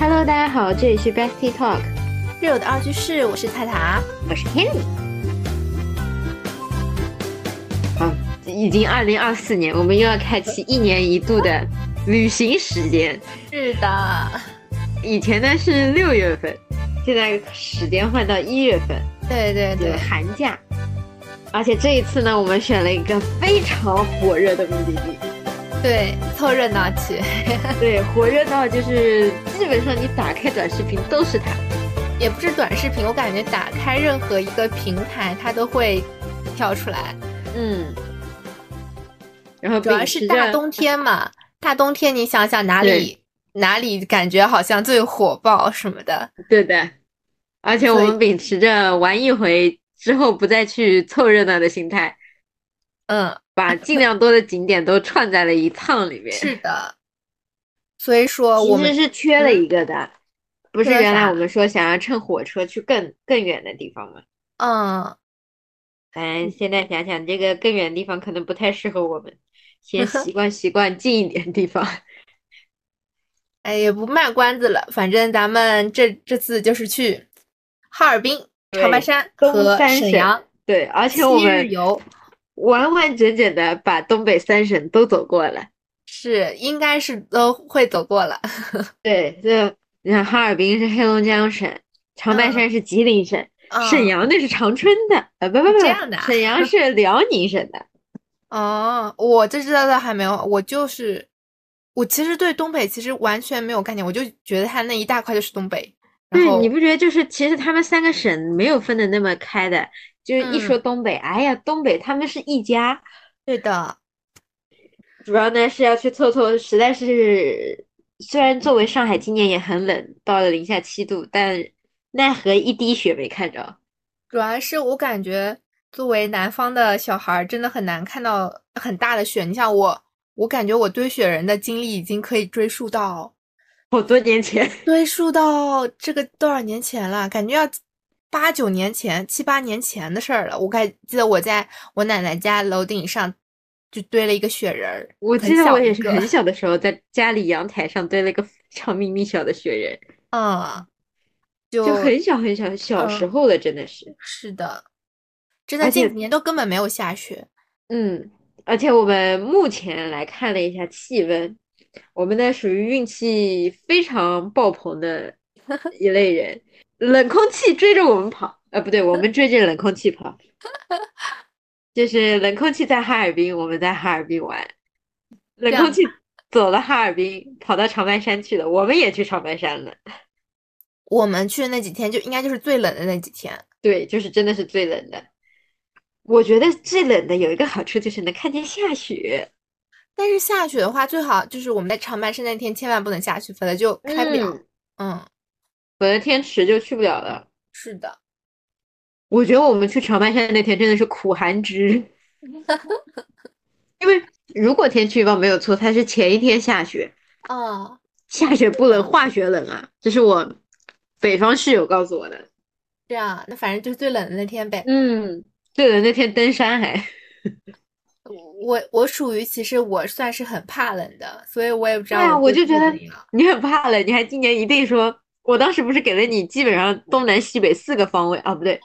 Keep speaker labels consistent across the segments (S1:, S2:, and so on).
S1: Hello，大家好，这里是 Bestie Talk，
S2: 室友的二居室，我是塔塔。
S1: 我是 Henry。好，啊已经二零二四年，我们又要开启一年一度的旅行时间。
S2: 是的，
S1: 以前呢是六月份，现在时间换到一月份，
S2: 对对
S1: 就
S2: 对
S1: 是，寒假。而且这一次呢，我们选了一个非常火热的目的地。
S2: 对，凑热闹去，
S1: 对，火热到就是基本上你打开短视频都是它。
S2: 也不是短视频，我感觉打开任何一个平台，它都会跳出来。
S1: 嗯。然后
S2: 主要
S1: 秉
S2: 是
S1: 持
S2: 大
S1: 着
S2: 冬天嘛，大冬天你想想哪里哪里感觉好像最火爆什么的。
S1: 对的，而且我
S2: 所以
S1: 们秉持着玩一回之后不再去凑热闹的心态，
S2: 嗯，
S1: 把尽量多的景点都串在了一趟里面。
S2: 是的。所以说我
S1: 其实
S2: 们
S1: 是缺了一个的，不是
S2: 缺了
S1: 原来
S2: 啥
S1: 我们说想要乘火车去更更远的地方嘛？
S2: 嗯，
S1: 反正现在想想，这个更远的地方可能不太适合我们，先习惯习惯近一点的地方。
S2: 哎也不卖关子了，反正咱们这这次就是去哈尔滨、长白
S1: 对
S2: 山
S1: 东
S2: 和
S1: 三省
S2: 沈阳。
S1: 对，而且
S2: 七
S1: 我
S2: 日
S1: 们
S2: 游
S1: 完完整整的把东北三省都走过了。
S2: 是应该是都会走过了，
S1: 对，这你看哈尔滨是黑龙江省，长白
S2: 嗯
S1: 山是吉林省，沈
S2: 嗯
S1: 阳那是长春的，呃，不不不，
S2: 这样的啊
S1: 沈 阳是辽宁省的。
S2: 哦，我这知道的还没有，我就是我其实对东北其实完全没有概念，我就觉得它那一大块就是东北，然
S1: 对，
S2: 后
S1: 嗯你不觉得就是其实他们三个省没有分的那么开的，就是一
S2: 嗯
S1: 说东北，哎呀，东北他们是一家。
S2: 对的，
S1: 主要呢是要去凑凑，实在是虽然作为上海今年也很冷，到了零下七度，但奈何一滴雪没看着。
S2: 主要是我感觉作为南方的小孩儿真的很难看到很大的雪，你像我，我感觉我堆雪人的经历已经可以追溯到
S1: 好多年前，
S2: 追溯到这个多少年前了？感觉要八九年前、七八年前的事儿了。我还记得我在我奶奶家楼顶上就堆了一个雪人儿，
S1: 我
S2: 很
S1: 记得
S2: 小
S1: 我
S2: 一
S1: 也是
S2: 个
S1: 很小的时候，在家里阳台上堆了一个非常迷你小的雪人，
S2: 嗯，
S1: 就
S2: 就
S1: 很小很小，小时
S2: 嗯
S1: 候的真的是，
S2: 是的，真的
S1: 而
S2: 近
S1: 且
S2: 几年都根本没有下雪。
S1: 嗯，而且我们目前来看了一下气温，我们呢属于运气非常爆棚 的一类人，冷空气追着我们跑，呃，不对，我们追着冷空气 跑，就是冷空气在哈尔滨，我们在哈尔滨玩，冷
S2: 这
S1: 空
S2: 样啊
S1: 气走了哈尔滨，跑到长白山去了，我们也去长白山了。
S2: 我们去的那几天就应该就是最冷的那几天，
S1: 对，就是真的是最冷的。我觉得最冷的有一个好处就是能看见下雪。
S2: 但是下雪的话，最好就是我们在长白山那天千万不能下雪，否则就开不了。嗯，
S1: 本来天池就去不了了。
S2: 是的，
S1: 我觉得我们去长白山那天真的是苦寒之，因为如果天气预报没有错，它是前一天下雪，
S2: 哦，
S1: 下雪不冷，化雪冷啊，这是我北方室友告诉我的。
S2: 这样，那反正就是最冷的那天呗。
S1: 嗯，对的，那天登山还。
S2: 我我属于其实我算是很怕冷的，所以我也不知
S1: 对
S2: 道
S1: 啊
S2: 会
S1: 我就
S2: 做
S1: 觉得
S2: 怎样
S1: 你很怕冷，你还今年一定说，我当时不是给了你基本上东南西北四个方位啊，不对，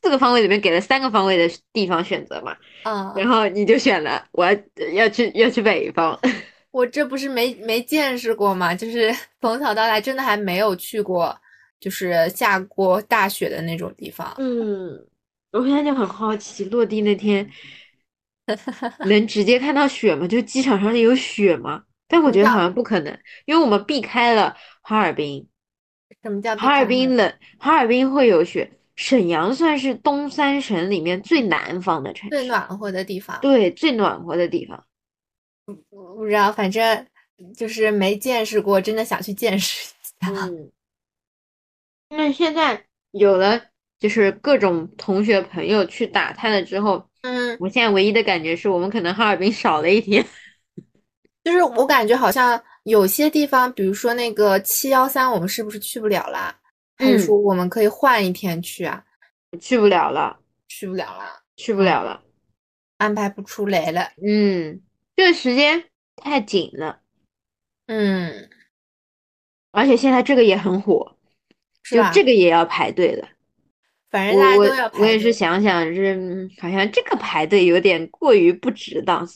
S1: 四个方位里面给了三个方位的地方选择嘛，
S2: 啊，
S1: 然后你就选了我要呃要去要去北方，
S2: 我这不是没没见识过嘛，就是 从小到大真的还没有去过，就是下过大雪的那种地方。
S1: 嗯，我现在就很好奇，落地那 天能直接看到雪吗？就机场上有雪吗？但我觉得好像不可能，因为我们避开了哈尔滨。
S2: 什么叫
S1: 哈尔
S2: 避开呢
S1: 滨冷，哈尔滨会有雪。沈阳算是东三省里面最南方的城
S2: 最
S1: 市，
S2: 暖和的地方？
S1: 对，最暖和的地方。
S2: 不知道，反正就是没见识过，真的想去见识一下。
S1: 嗯，那现在有了，就是各种同学朋友去打探了之后，
S2: 嗯，
S1: 我现在唯一的感觉是我们可能哈尔滨少了一天。
S2: 就是我感觉好像有些地方，比如说那个七幺三，我们是不是去不了啦？还是
S1: 嗯
S2: 说我们可以换一天去啊？
S1: 去不了了，
S2: 去不了啦。
S1: 去不了了。
S2: 安排不出来了。
S1: 嗯，这个时间太紧了。
S2: 嗯，
S1: 而且现在这个也很火，
S2: 是
S1: 就
S2: 吧
S1: 这个也要排队的。
S2: 反正大家
S1: 我
S2: 都要
S1: 我
S2: 排
S1: 我也是
S2: 队
S1: 想想，这嗯好像这个排队有点过于不值当。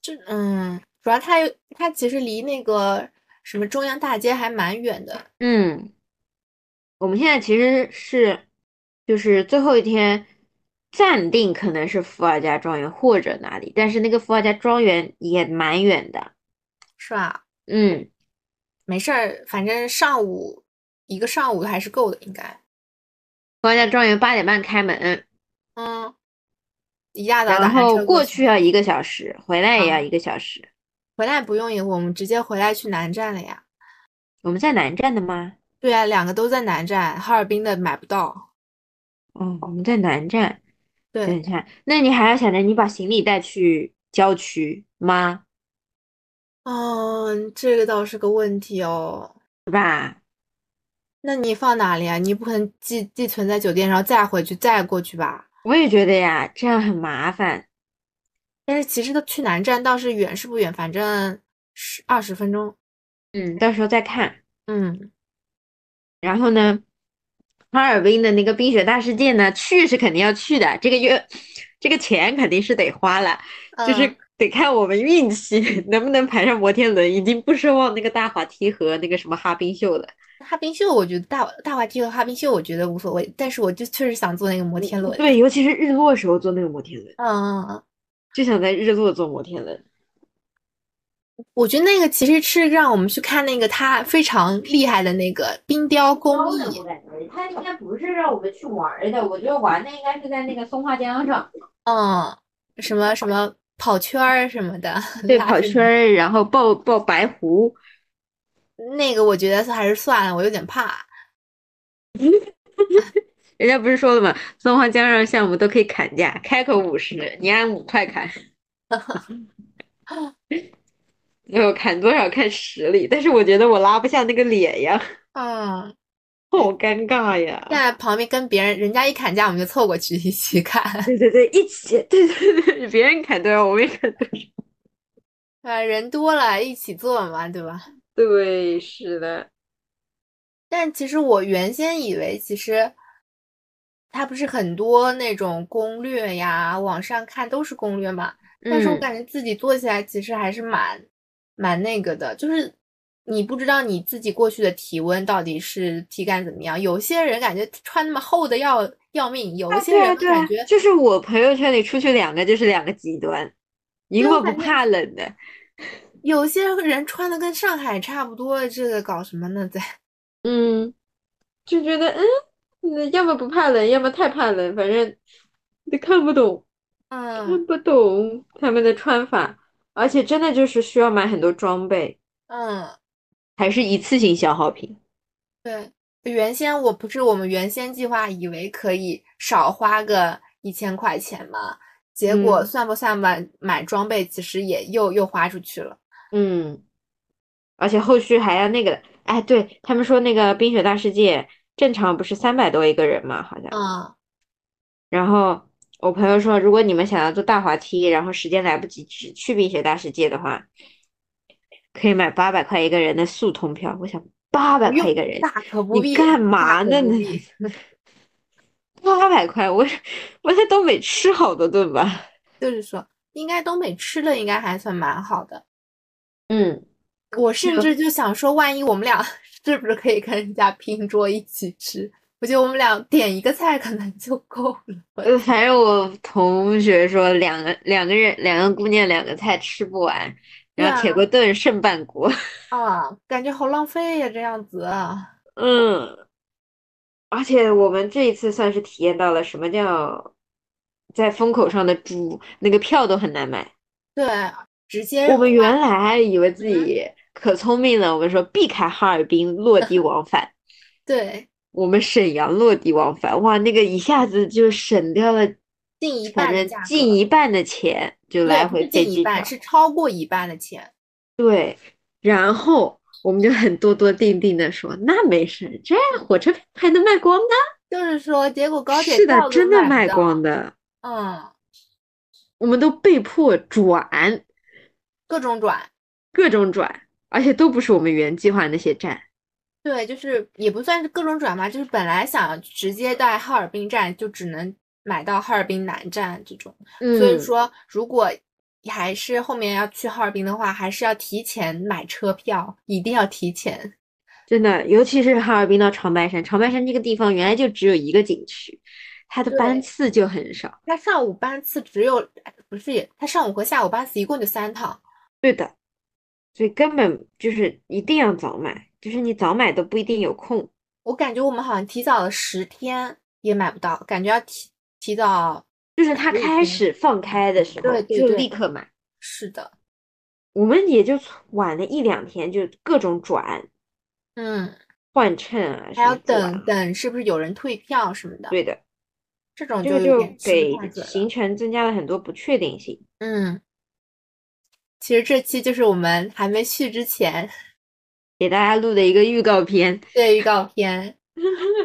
S2: 这嗯，主要它它其实离那个什么中央大街还蛮远的。
S1: 嗯，我们现在其实是就是最后一天暂定可能是伏尔加庄园或者哪里，但是那个伏尔加庄园也蛮远的。
S2: 是吧？
S1: 嗯，
S2: 没事儿，反正上午一个上午还是够的，应该。
S1: 伏尔加庄园八点半开门，
S2: 嗯，一大早打
S1: 然
S2: 完
S1: 后
S2: 车
S1: 过
S2: 去，
S1: 去啊要一个小时，回来也要
S2: 啊
S1: 一个小时。
S2: 回来不用也，我们直接回来去南站了呀。
S1: 我们在南站的吗？
S2: 对啊，两个都在南站，哈尔滨的买不到。
S1: 哦，我们在南站。等
S2: 对，
S1: 一下，那你还要想着你把行李带去郊区吗？
S2: 嗯，这个倒是个问题哦。
S1: 是吧？
S2: 那你放哪里啊？你不可能寄寄存在酒店，然后再回去再过去吧？
S1: 我也觉得呀，这样很麻烦。
S2: 但是其实它去南站倒是远是不远，反正十二十分钟。
S1: 嗯，到时候再看。
S2: 嗯，
S1: 然后呢，哈尔滨的那个冰雪大世界呢，去是肯定要去的，这个月这个钱肯定是得花了，就是
S2: 嗯
S1: 得看我们运气能不能排上摩天轮，已经不奢望那个大滑梯和那个什么哈冰秀了。
S2: 哈冰秀，我觉得大大滑梯和哈冰秀，我觉得无所谓，但是我就确实想坐那个摩天 轮。
S1: 对，尤其是日落时候坐那个摩天轮，
S2: 嗯，
S1: 就想在日落坐摩天轮。
S2: 我觉得那个其实是让我们去看那个他非常厉害的那个冰雕工艺。
S1: 我感觉他应该不是让我们去玩儿的，我觉得玩的应该是在那个松花江上，
S2: 嗯，什么什么跑圈儿什么的，
S1: 对，
S2: 拉
S1: 跑
S2: 伸
S1: 圈儿，然后抱抱白狐，
S2: 那个我觉得还是算了，我有点怕。
S1: 人家不是说了吗？松花江上项目都可以砍价，开口五十，你按五块砍。 没有砍多少看实力，但是我觉得我拉不下那个脸呀，
S2: 嗯，
S1: 好尴尬 呀。
S2: 在旁边跟别人人家一砍价，我们就凑过去一起 看。
S1: 对对对，一起，对对对，别人砍多少，我们也砍多少。
S2: 呃，人多了一起做嘛，对吧？
S1: 对，是的，
S2: 但其实我原先以为，其实它不是很多那种攻略呀，网上看都是攻略嘛。但是我
S1: 嗯
S2: 感觉自己做起来其实还是蛮蛮那个的，就是你不知道你自己过去的体温到底是体感怎么样。有些人感觉穿那么厚的要要命，有
S1: 啊，
S2: 些
S1: 对啊，
S2: 人
S1: 对
S2: 感
S1: 啊
S2: 觉
S1: 就是我朋友圈里出去两个就是两个极端，一
S2: 对
S1: 个
S2: 我
S1: 不
S2: 感觉
S1: 怕冷的，
S2: 有些人穿的跟上海差不多，这个搞什么呢？在
S1: 嗯，就觉得嗯，嗯要么不怕冷，要么太怕冷，反正你看不懂，
S2: 嗯
S1: 看不懂他们的穿法，而且真的就是需要买很多装备，
S2: 嗯。
S1: 还是一次性消耗品。
S2: 对，原先我不是我们原先计划以为可以少花个一千块钱嘛，结果
S1: 嗯
S2: 算吧算吧，买装备其实也又又花出去了。
S1: 嗯，而且后续还要那个，哎，对，他们说那个冰雪大世界正常不是三百多一个人嘛，好像。
S2: 嗯，
S1: 然后我朋友说，如果你们想要坐大滑梯，然后时间来不及只去冰雪大世界的话，可以买八百块一个人的速通票。我想八百
S2: 不用
S1: 块一个人，
S2: 大可不
S1: 你
S2: 必，
S1: 干
S2: 大
S1: 嘛
S2: 可
S1: 呢
S2: 不
S1: 你
S2: 必
S1: 八百块，我我在东北吃好多顿吧。
S2: 就是说，应该东北吃的应该还算蛮 好的。
S1: 嗯，
S2: 我甚
S1: 个
S2: 至就想说，万一我们俩是不是可以跟人家拼桌一起吃？我觉得我们俩点一个菜可能就够了。
S1: 呃，反正我同学说两个两个人两个姑娘两个菜吃不完，然后
S2: 对
S1: 铁
S2: 啊
S1: 锅炖剩半锅。
S2: 啊，感觉好浪费呀，这样子啊。
S1: 嗯，而且我们这一次算是体验到了什么叫在风口上的猪，那个票都很难买。
S2: 对，直接
S1: 我们
S2: 花
S1: 原来以为自
S2: 嗯
S1: 己可聪明了，我们说避开哈尔滨落 地往返，
S2: 对，
S1: 我们沈阳落地往返，哇，那个一下子就省掉了，
S2: 近一
S1: 反
S2: 半的
S1: 正
S2: 价
S1: 近
S2: 格
S1: 一半的钱，就
S2: 对
S1: 来
S2: 不
S1: 回
S2: 是
S1: 飞
S2: 近一
S1: 机
S2: 半，
S1: 票。
S2: 是超过一半的钱。
S1: 对，然后我们就很咄咄定定的说，那没事，这火车票还能卖光的。
S2: 就是说，结果高铁
S1: 是的，
S2: 票都
S1: 真的
S2: 买不
S1: 卖
S2: 到
S1: 光的。
S2: 嗯，
S1: 我们都被迫转，
S2: 各种转，
S1: 各种转，而且都不是我们原计划那些站。
S2: 对，就是也不算是各种转吧，就是本来想直接到哈尔滨站，就只能买到哈尔滨南站这种。
S1: 嗯，
S2: 所以说，如果还是后面要去哈尔滨的话，还是要提前买车票，一定要提前。
S1: 真的，尤其是哈尔滨到长白山，长白山这个地方原来就只有一个景区，它的班
S2: 对
S1: 次就很少。
S2: 他上午班次只有，哎不是，他上午和下午班次一共就三趟。
S1: 对的，所以根本就是一定要早买，就是你早买都不一定有空。
S2: 我感觉我们好像提早了十天也买不到，感觉要提提早。
S1: 就是它
S2: 对
S1: 开
S2: 对
S1: 始放开的时候
S2: 对对
S1: 就
S2: 对
S1: 立刻买，
S2: 是的，
S1: 我们也就晚了一两天，就各种转
S2: 嗯，
S1: 换乘啊，
S2: 还要
S1: 什么转
S2: 等等，是不是有人退票什么的？
S1: 对的，
S2: 这种
S1: 这
S2: 就
S1: 个
S2: 有
S1: 就
S2: 点吃
S1: 给
S2: 不太准了。
S1: 行程增加了很多不确定性。
S2: 嗯，其实这期就是我们还没去之前
S1: 给大家录的一个预告片，
S2: 的预告片。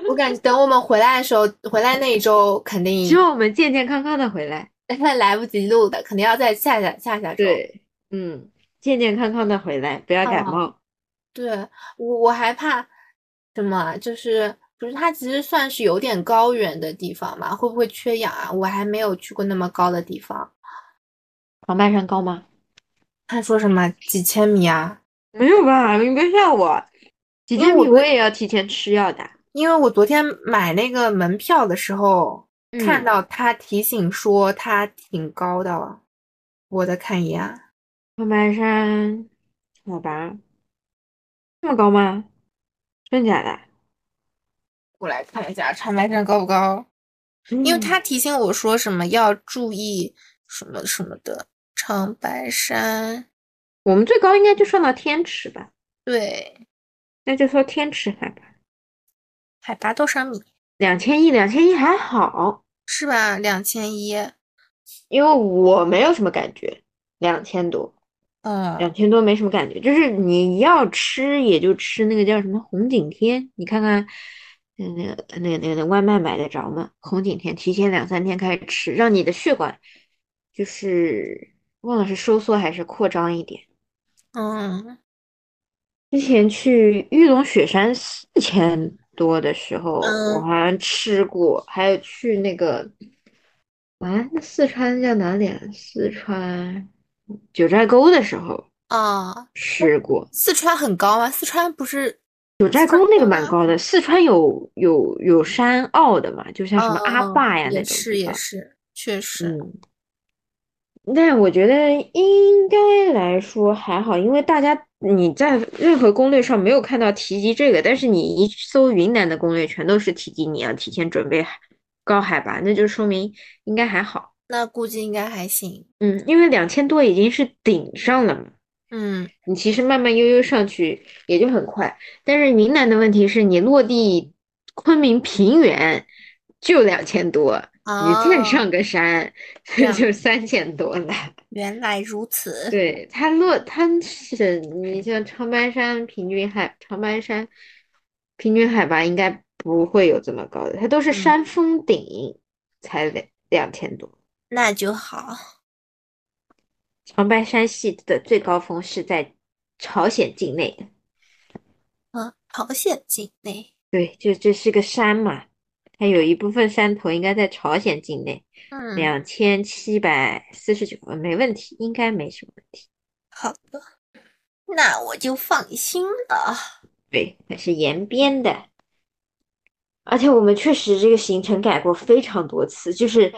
S2: 我感觉等我们回来的时候，回来那一周肯定
S1: 希望我们健健康康的回来。
S2: 来不及录的，肯定要在下下下下周。
S1: 对，嗯，健健康康的回来，不要感
S2: 哦
S1: 冒。
S2: 对，我我还怕什么啊？就是不是它其实算是有点高原的地方嘛？会不会缺氧啊？我还没有去过那么高的地方。
S1: 长白山高吗？
S2: 他说什么几千米啊？
S1: 没有吧，你别吓我。几
S2: 因为
S1: 千米
S2: 我
S1: 我也要提前吃药的。
S2: 因为我昨天买那个门票的时候，看
S1: 嗯
S2: 到他提醒说它挺高的，我再看一眼啊，
S1: 长白山，好吧，这么高吗？真假的？
S2: 我来看一下长白山高不高？因为他提醒我说什么要注意什么什么的，长白山，
S1: 我们最高应该就上到天池吧，
S2: 对，
S1: 那就说天池海拔
S2: 海拔多少米？
S1: 两千一，两千一还好，
S2: 是吧？两千一，
S1: 因为我没有什么感觉，两千多，
S2: 嗯，
S1: 两千多没什么感觉，就是你要吃也就吃那个叫什么红景天，你看看，嗯，那个那个那个那个外卖买得着吗？红景天提前两三天开始吃，让你的血管就是忘了是收缩还是扩张一点。
S2: 嗯，
S1: 之前去玉龙雪山四千多的时候，我
S2: 嗯
S1: 好像吃过，还有去那个啊，那四川叫哪里啊？四川九寨沟的时候
S2: 啊，
S1: 吃过。
S2: 四川很高吗？四川不是，
S1: 九寨沟
S2: 川
S1: 那个
S2: 有
S1: 蛮
S2: 吗
S1: 高的，四川有有有山坳的嘛，就像什么
S2: 嗯
S1: 阿
S2: 嗯
S1: 坝呀那
S2: 也
S1: 种
S2: 是
S1: 地
S2: 也
S1: 方
S2: 是，确实，
S1: 嗯，但我觉得应该来说还好，因为大家你在任何攻略上没有看到提及这个，但是你一搜云南的攻略，全都是提及你要提前准备海高海拔，那就说明应该还好。
S2: 那估计应该还行。
S1: 嗯，因为两千多已经是顶上了嘛，
S2: 嗯，
S1: 你其实慢慢悠悠上去也就很快。但是云南的问题是你落地昆明平原就两千多，你
S2: 啊，
S1: 再上个山
S2: 这样
S1: 就三千多了。
S2: 原来如此。
S1: 对，它落它是你像长白山平均海，长白山平均海拔应该不会有这么高的，它都是
S2: 嗯
S1: 山峰顶才两两千多。
S2: 那就好。
S1: 长白山系的最高峰是在朝鲜境内的，
S2: 嗯，朝鲜境内。
S1: 对，就这是个山嘛，它有一部分山头应该在朝鲜境内，
S2: 嗯，
S1: 两千七百四十九，没问题，应该没什么问题。
S2: 好的，那我就放心了。
S1: 对，它是延边的，而且我们确实这个行程改过非常多次，就是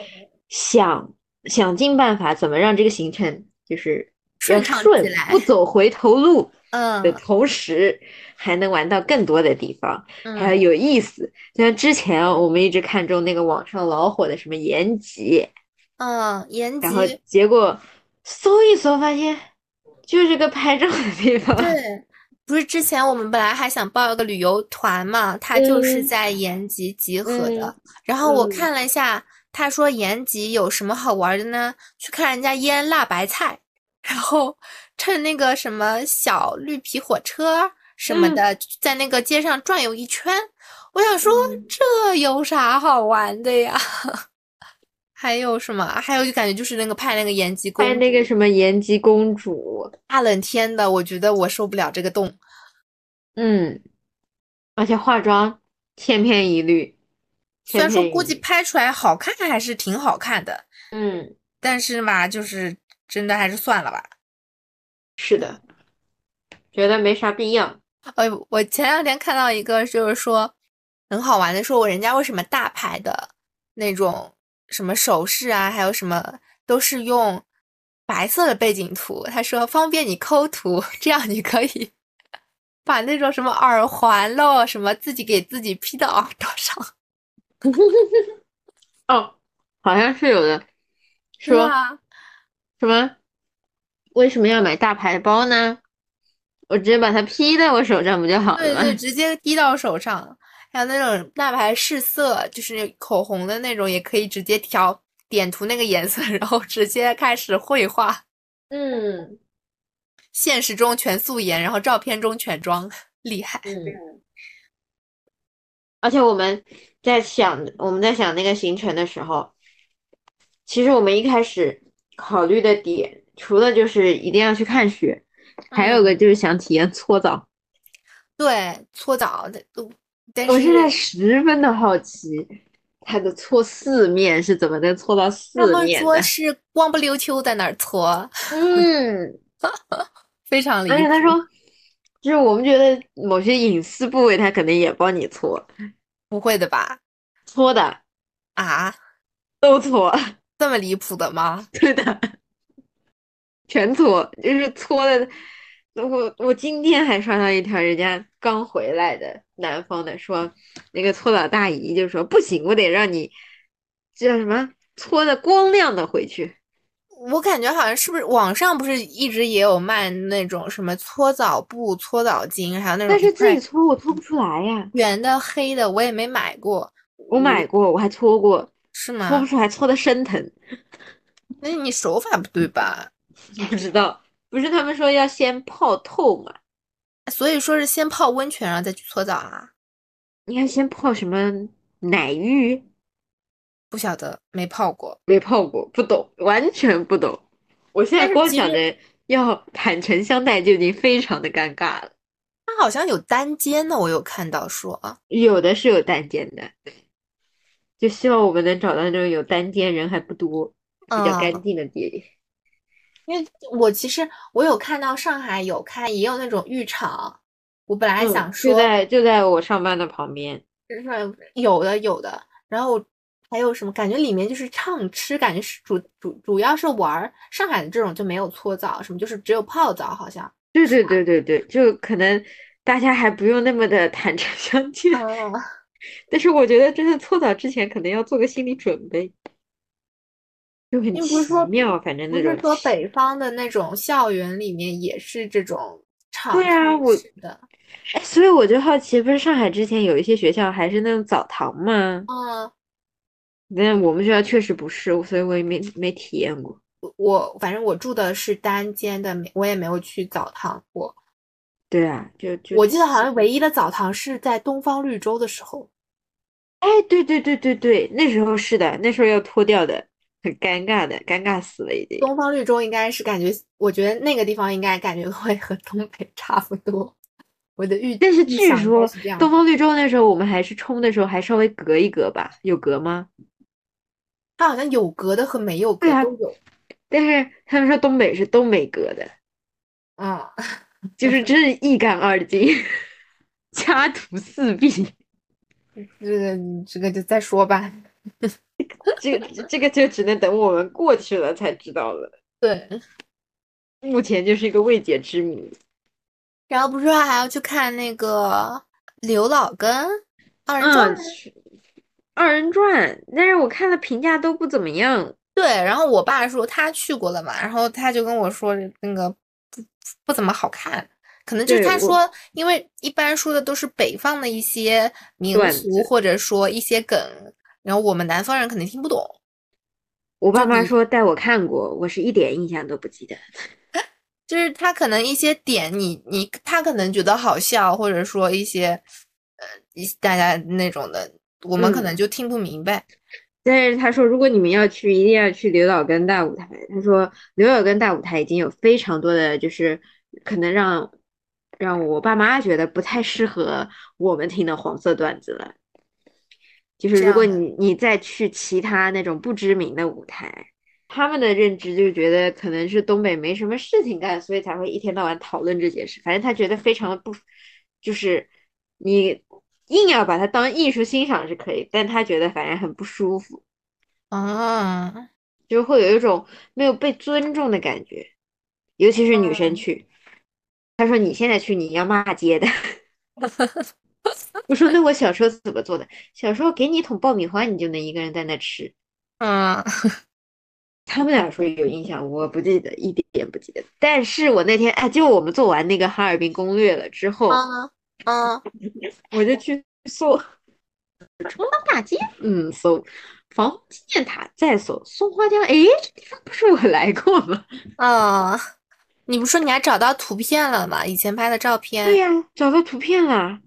S1: 想想尽办法怎么让这个行程就是要
S2: 顺畅
S1: 顺
S2: 起来
S1: 不走回头路
S2: 嗯
S1: 的同时，还能玩到更多的地方，还
S2: 嗯，
S1: 有有意思。就像之前我们一直看中那个网上老火的什么延吉，
S2: 嗯，延
S1: 然后
S2: 吉，
S1: 结果搜一搜发现就是个拍照的地方。
S2: 对，不是之前我们本来还想报一个旅游团嘛，他就是
S1: 嗯
S2: 在延吉集合的。
S1: 嗯
S2: 然后我
S1: 嗯
S2: 看了一下，他说延吉有什么好玩的呢？去看人家腌辣白菜，然后乘那个什么小绿皮火车什么
S1: 嗯
S2: 的，在那个街上转悠一圈。我想说，
S1: 嗯
S2: 这有啥好玩的呀？ 还有什么？还有就感觉就是那个拍那个延吉公
S1: 拍那个什么延吉公主，
S2: 大冷天的，我觉得我受不了这个冻。
S1: 嗯，而且化妆千篇一律。
S2: 虽然说
S1: 千篇一律
S2: 估计拍出来好看还是挺好看的，
S1: 嗯，
S2: 但是嘛，就是真的还是算了吧。
S1: 是的，觉得没啥必要。
S2: 呃，我前两天看到一个，就是说很好玩的，说人家为什么大牌的那种什么首饰啊，还有什么都是用白色的背景图，他说方便你抠图， 这样你可以把那种什么耳环喽，什么自己给自己 P 到耳朵上，
S1: 哦，好像是有的，
S2: 是
S1: 说
S2: 吧？
S1: 什么？为什么要买大牌包呢？我直接把它披在我手上不就好
S2: 对
S1: 了
S2: 对，
S1: 吗？
S2: 直接滴到手上。还有那种大牌试色，就是口红的那种，也可以直接调点涂那个颜色，然后直接开始绘画。
S1: 嗯
S2: 现实中全素颜，然后照片中全妆，厉害。
S1: 嗯。而且我们在想我们在想那个行程的时候，其实我们一开始考虑的点，除了就是一定要去看雪，还有
S2: 嗯
S1: 个就是想体验搓澡。
S2: 对，搓澡的都，但
S1: 我现在
S2: 是
S1: 十分的好奇，它的搓四面是怎么能搓到四
S2: 他们
S1: 面
S2: 说
S1: 的？
S2: 是光不溜秋在那儿搓，
S1: 嗯。
S2: 非常离
S1: 而且他
S2: 谱
S1: 说，就是我们觉得某些隐私部位，他可能也帮你搓，
S2: 不会的吧？
S1: 搓的
S2: 啊，
S1: 都搓，
S2: 这么离谱的吗？
S1: 对的，全搓，就是搓的。我我今天还刷到一条人家刚回来的南方的说，那个搓澡大姨就说不行，我得让你叫什么搓的光亮的回去。
S2: 我感觉好像是不是网上不是一直也有卖那种什么搓澡布、搓澡巾，还有那种
S1: 但是
S2: 一
S1: 自己
S2: 块
S1: 搓我搓不出来呀，
S2: 圆的、黑的，我也没买过，
S1: 我买过，我还搓过，
S2: 是
S1: 搓不
S2: 吗？
S1: 出来，搓的生疼。
S2: 那你手法不对吧？
S1: 不知道，不是他们说要先泡透嘛？
S2: 所以说是先泡温泉，然后再去搓澡啊？
S1: 应该先泡什么奶浴？
S2: 不晓得，没泡过。
S1: 没泡过，不懂，完全不懂。我现
S2: 但
S1: 在
S2: 是
S1: 光
S2: 其
S1: 想
S2: 实
S1: 着要坦诚相待就已经非常的尴尬了。
S2: 它好像有单间的，我有看到说啊，
S1: 有的是有单间的，就希望我们能找到那种有单间人还不多、比较干
S2: 嗯
S1: 净的地点。
S2: 因为我其实我有看到上海有开，也有那种浴场。我本来
S1: 嗯
S2: 想
S1: 就
S2: 说，
S1: 在就在我上班的旁边。
S2: 就是有的有的，然后还有什么感觉里面就是畅吃，感觉是主主主要是玩儿。上海的这种就没有搓澡，什么就是只有泡澡，好像。
S1: 对对对对对，就可能大家还不用那么的坦诚相见，
S2: 嗯，
S1: 但是我觉得真的搓澡之前可能要做个心理准备，就很
S2: 因为不
S1: 奇
S2: 是说
S1: 妙，反正
S2: 不
S1: 那
S2: 是
S1: 种
S2: 说北方的那种校园里面也是这种畅
S1: 对啊我
S2: 吃式的。
S1: 哎，所以我就好奇，不是上海之前有一些学校还是那种澡堂吗？
S2: 嗯，
S1: 但我们学校确实不是，所以我也没没体验过。
S2: 我反正我住的是单间的，没我也没有去澡堂过。
S1: 对啊，就就
S2: 我记得好像唯一的澡堂是在东方绿洲的时候，
S1: 哎，对对对对对，那时候是的，那时候要脱掉的，很尴尬的，尴尬死了已经。
S2: 东方绿洲应该是感觉，我觉得那个地方应该感觉会和东北 差不多。我的预，
S1: 但是
S2: 预
S1: 据
S2: 想应该
S1: 说
S2: 是这样
S1: 东方绿洲那时候我们还是冲的时候还稍微隔一隔吧，有隔吗？
S2: 它好像有隔的和没有隔
S1: 对啊
S2: 都有。
S1: 但是他们说东北是东北隔的。
S2: 啊、
S1: 就是真是一干二净， 家徒四壁。
S2: 嗯， 这个你这个就再说吧。
S1: 这个这个就只能等我们过去了才知道了，
S2: 对，
S1: 目前就是一个未解之谜。
S2: 然后不是还要去看那个刘老根二人转
S1: 嗯，是二人转，但是我看了评价都不怎么样。
S2: 对，然后我爸说他去过了嘛，然后他就跟我说那个不不怎么好看，可能就是
S1: 对
S2: 他
S1: 我
S2: 说，因为一般说的都是北方的一些民
S1: 段
S2: 俗
S1: 子
S2: 或者说一些梗，然后我们南方人可能听不懂。
S1: 我爸妈
S2: 你
S1: 说带我看过，我是一点印象都不记得。
S2: 就是他可能一些点你，你他可能觉得好笑，或者说一些呃一大家那种的，我们可
S1: 嗯
S2: 能就听不明白。
S1: 但是他说，如果你们要去，一定要去刘老根大舞台。他说，刘老根大舞台已经有非常多的，就是可能让让我爸妈觉得不太适合我们听的黄色段子了。就是
S2: 这
S1: 如果
S2: 样的
S1: 你你再去其他那种不知名的舞台，他们的认知就觉得可能是东北没什么事情干，所以才会一天到晚讨论这件事。反正他觉得非常的不，就是你硬要把它当艺术欣赏是可以，但他觉得反正很不舒服，
S2: 啊，
S1: 就会有一种没有被尊重的感觉，尤其是女生
S2: 嗯
S1: 去。他说：“你现在去，你要骂街 的。”我说：“那我小时候怎么做的？小时候给你一桶爆米花，你就能一个人在那吃。”
S2: 嗯，
S1: 他们俩说有印象，我不记得，一点不记得。但是我那天哎，就我们做完那个哈尔滨攻略了之后，
S2: 啊，啊，
S1: 我就去搜崇党大街，嗯，搜防空纪念塔，再搜松花江，诶，这地方不是我来过吗？
S2: 啊，你不说你还找到图片了吗？以前拍的照片。
S1: 对呀、找到图片啦。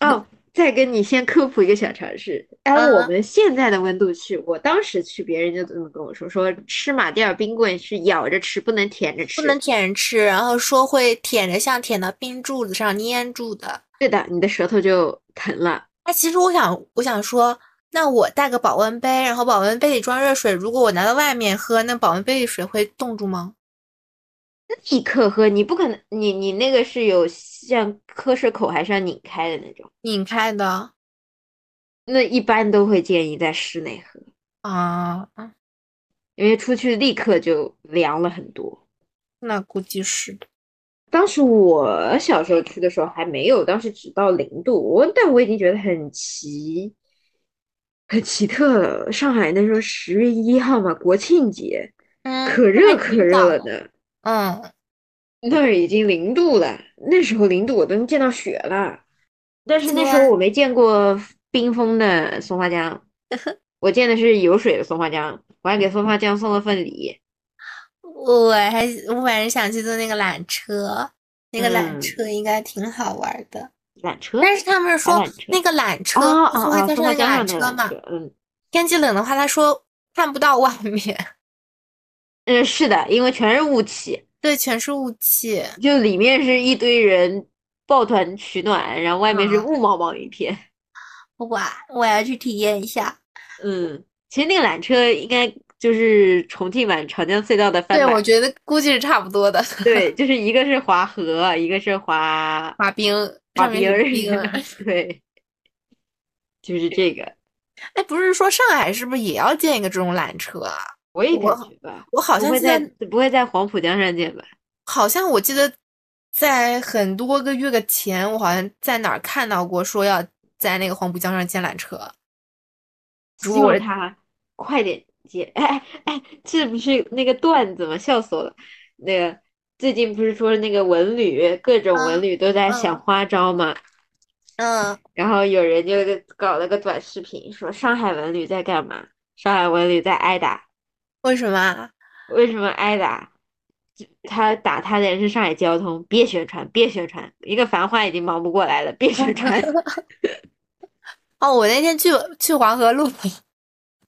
S1: 哦，再跟你先科普一个小常识，按
S2: 嗯
S1: 我们现在的温度去，我当时去，别人就这么跟我说，说吃马迭尔冰棍是咬着吃，不能舔着吃。
S2: 不能舔着吃，然后说会舔着像舔到冰柱子上粘住的。
S1: 对的，你的舌头就疼了。
S2: 哎，其实我想，我想说，那我带个保温杯，然后保温杯里装热水，如果我拿到外面喝，那保温杯里水会冻住吗？嗯
S1: 立刻喝，你不可能，你你那个是有像科室口还是要拧开的那种，
S2: 拧开的
S1: 那一般都会建议在室内喝，
S2: 啊，
S1: 因为出去立刻就凉了很多。
S2: 那估计是的。
S1: 当时我小时候去的时候还没有，当时只到零度，我但我已经觉得很奇，很奇特了。上海那时候十月一号嘛，国庆节，
S2: 嗯，
S1: 可热可热了。的，
S2: 嗯，
S1: 那儿已经零度了，那时候零度我都能见到雪了，但是那时候
S2: 天
S1: 我没见过冰封的松花 江，我见的是有水的松花江，我还给松花江送了份礼。
S2: 我还我反正想去坐那个缆车，那个缆
S1: 嗯
S2: 车应该挺好玩的。
S1: 缆车
S2: 但是他们说
S1: 缆车
S2: 那个缆车，
S1: 啊
S2: 松
S1: 啊
S2: 花
S1: 啊！
S2: 江
S1: 松
S2: 上
S1: 花
S2: 那个
S1: 江上
S2: 缆
S1: 那
S2: 车
S1: 个缆
S2: 嘛，
S1: 车，嗯
S2: 天气冷的话，他说看不到外面，
S1: 嗯，是的，因为全是雾气，
S2: 对，全是雾气。
S1: 就里面是一堆人抱团取暖，然后外面是
S2: 嗯
S1: 雾茫茫一 片。
S2: 哇，我要去体验一下。
S1: 嗯，其实那个缆车应该就是重庆版长江隧道的翻
S2: 对，
S1: 版
S2: 我。觉得估计是差不多的。
S1: 对，就是一个是滑河，一个是滑
S2: 滑冰，
S1: 滑
S2: 上面
S1: 冰
S2: 有
S1: 儿，
S2: 冰啊 儿。
S1: 对，就是这个，
S2: 哎，不是说上海是不是也要建一个这种缆车啊？
S1: 我也
S2: 我
S1: 感觉吧，
S2: 我好
S1: 不
S2: 像
S1: 会
S2: 记得
S1: 在不会在黄浦江上见吧？
S2: 好像我记得，在很多个月的前，我好像在哪儿看到过说要在那个黄浦江上建缆车。如
S1: 希
S2: 果
S1: 望
S2: 我
S1: 他快点接，哎 哎哎，这不是那个段子吗？笑死我了，那个。最近不是说那个文旅，各种
S2: 嗯
S1: 文旅都在
S2: 嗯
S1: 想花招吗？
S2: 嗯，
S1: 然后有人就搞了个短视频，说上海文旅在干嘛？上海文旅在挨打，
S2: 为什么啊？
S1: 为什么挨打？就他打他的人是上海交通，别宣传，别宣传，一个繁花已经忙不过来了，别宣传。
S2: 哦，我那天去去黄河路，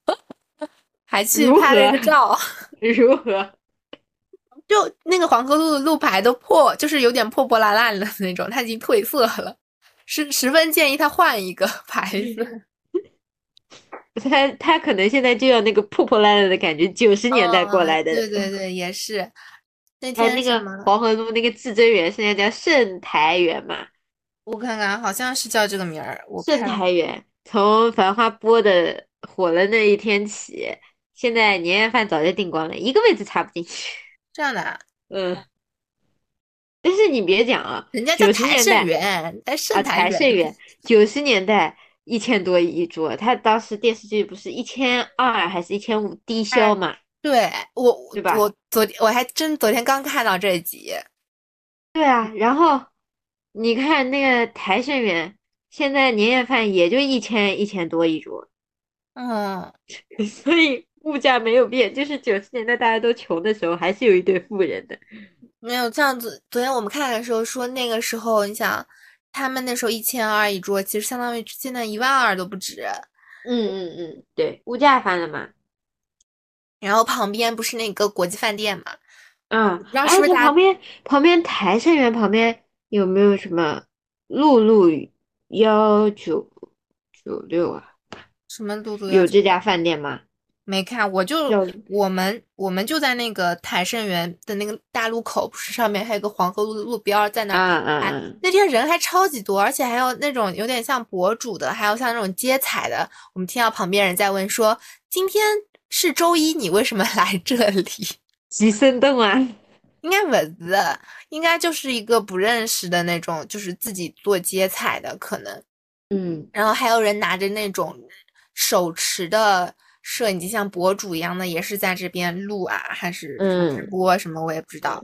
S2: 还去
S1: 如
S2: 拍了
S1: 何
S2: 一个照，
S1: 如何？
S2: 就那个黄河路的路牌都破，就是有点破破烂烂的那种，它已经褪色了，十十分建议他换一个 牌子。
S1: 他他可能现在就要那个破破烂烂的感觉，九十年代过
S2: 嗯
S1: 来的。
S2: 对对对，也是。那
S1: 还
S2: 天
S1: 有那
S2: 什
S1: 个
S2: 么
S1: 黄河路那个至尊园，现在叫盛台园嘛？
S2: 我看看，好像是叫这个名儿。我
S1: 盛
S2: 看
S1: 台园从《繁花》播的火了那一天起，现在年夜饭早就订光了，一个位置插不进去。
S2: 这样的啊，
S1: 嗯， 但是你别讲啊，
S2: 人家叫
S1: 90
S2: 台
S1: 年代
S2: 盛园，在盛
S1: 啊，
S2: 台
S1: 台盛
S2: 园。
S1: 园，九十年代一千多一桌，他当时电视剧不是一千二还是一千五低消
S2: 哎
S1: 嘛？
S2: 对，我
S1: 对吧
S2: 我昨天我还真昨天刚看到这集，
S1: 对啊，然后你看那个台盛园，现在年夜饭也就一千一千多一桌，
S2: 嗯，
S1: 所以物价没有变，就是九十年代大家都穷的时候，还是有一堆富人的。
S2: 没有这样子。昨天我们看的时候说，那个时候你想，他们那时候一千二一桌，其实相当于现在一万二都不止。
S1: 嗯嗯嗯，对，物价翻了
S2: 嗯
S1: 嘛。
S2: 然后旁边不是那个国际饭店嘛，
S1: 嗯，
S2: 然后
S1: 哎，
S2: 是不是
S1: 这
S2: 大家
S1: 旁边旁边台盛园旁边有没有什么露露幺九九六啊？
S2: 什么露露
S1: 有这家饭店吗？
S2: 没看，我就
S1: 有
S2: 我们我们就在那个台盛园的那个大路口，不是上面还有个黄河路的路标，在那
S1: 啊
S2: 儿
S1: 啊
S2: 哎
S1: 啊！
S2: 那天人还超级多，而且还有那种有点像博主的，还有像那种接彩的。我们听到旁边人在问说：“今天是周一，你为什么来这里
S1: 吉森邓啊，？”
S2: 应该不是，应该就是一个不认识的那种，就是自己做接彩的可能。
S1: 嗯，
S2: 然后还有人拿着那种手持的摄影机，像博主一样的，也是在这边录啊，还是什么直
S1: 嗯
S2: 播什么，我也不知道。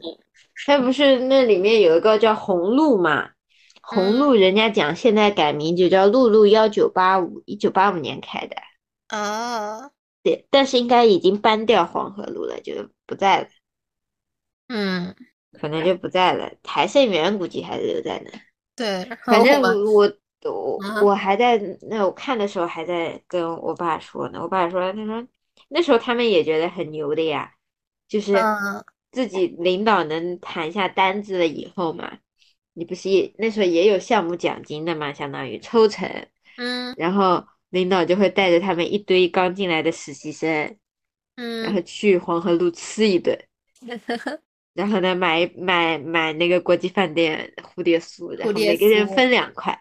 S1: 它不是那里面有一个叫红鹿嘛？
S2: 嗯
S1: 红鹿人家讲现在改名就叫露露幺九八五，一九八五年开的，
S2: 啊，
S1: 对，但是应该已经搬掉黄河路了，就不在了，
S2: 嗯，
S1: 可能就不在了。台盛园估计还是留在那。
S2: 对，然
S1: 反
S2: 后
S1: 正
S2: 啊我们
S1: 我我
S2: 嗯
S1: 我还在那我看的时候还在跟我爸说呢，我爸说他说那时候他们也觉得很牛的呀，就是
S2: 嗯
S1: 自己领导能谈下单子了以后嘛，你不是也那时候也有项目奖金的嘛，相当于抽成，
S2: 嗯
S1: 然后领导就会带着他们一堆刚进来的实习生，然
S2: 嗯
S1: 后去黄河路吃一 顿。然后呢，买买买那个国际饭店蝴蝶酥，然
S2: 蝴
S1: 后
S2: 蝶
S1: 每个人
S2: 酥
S1: 分两块，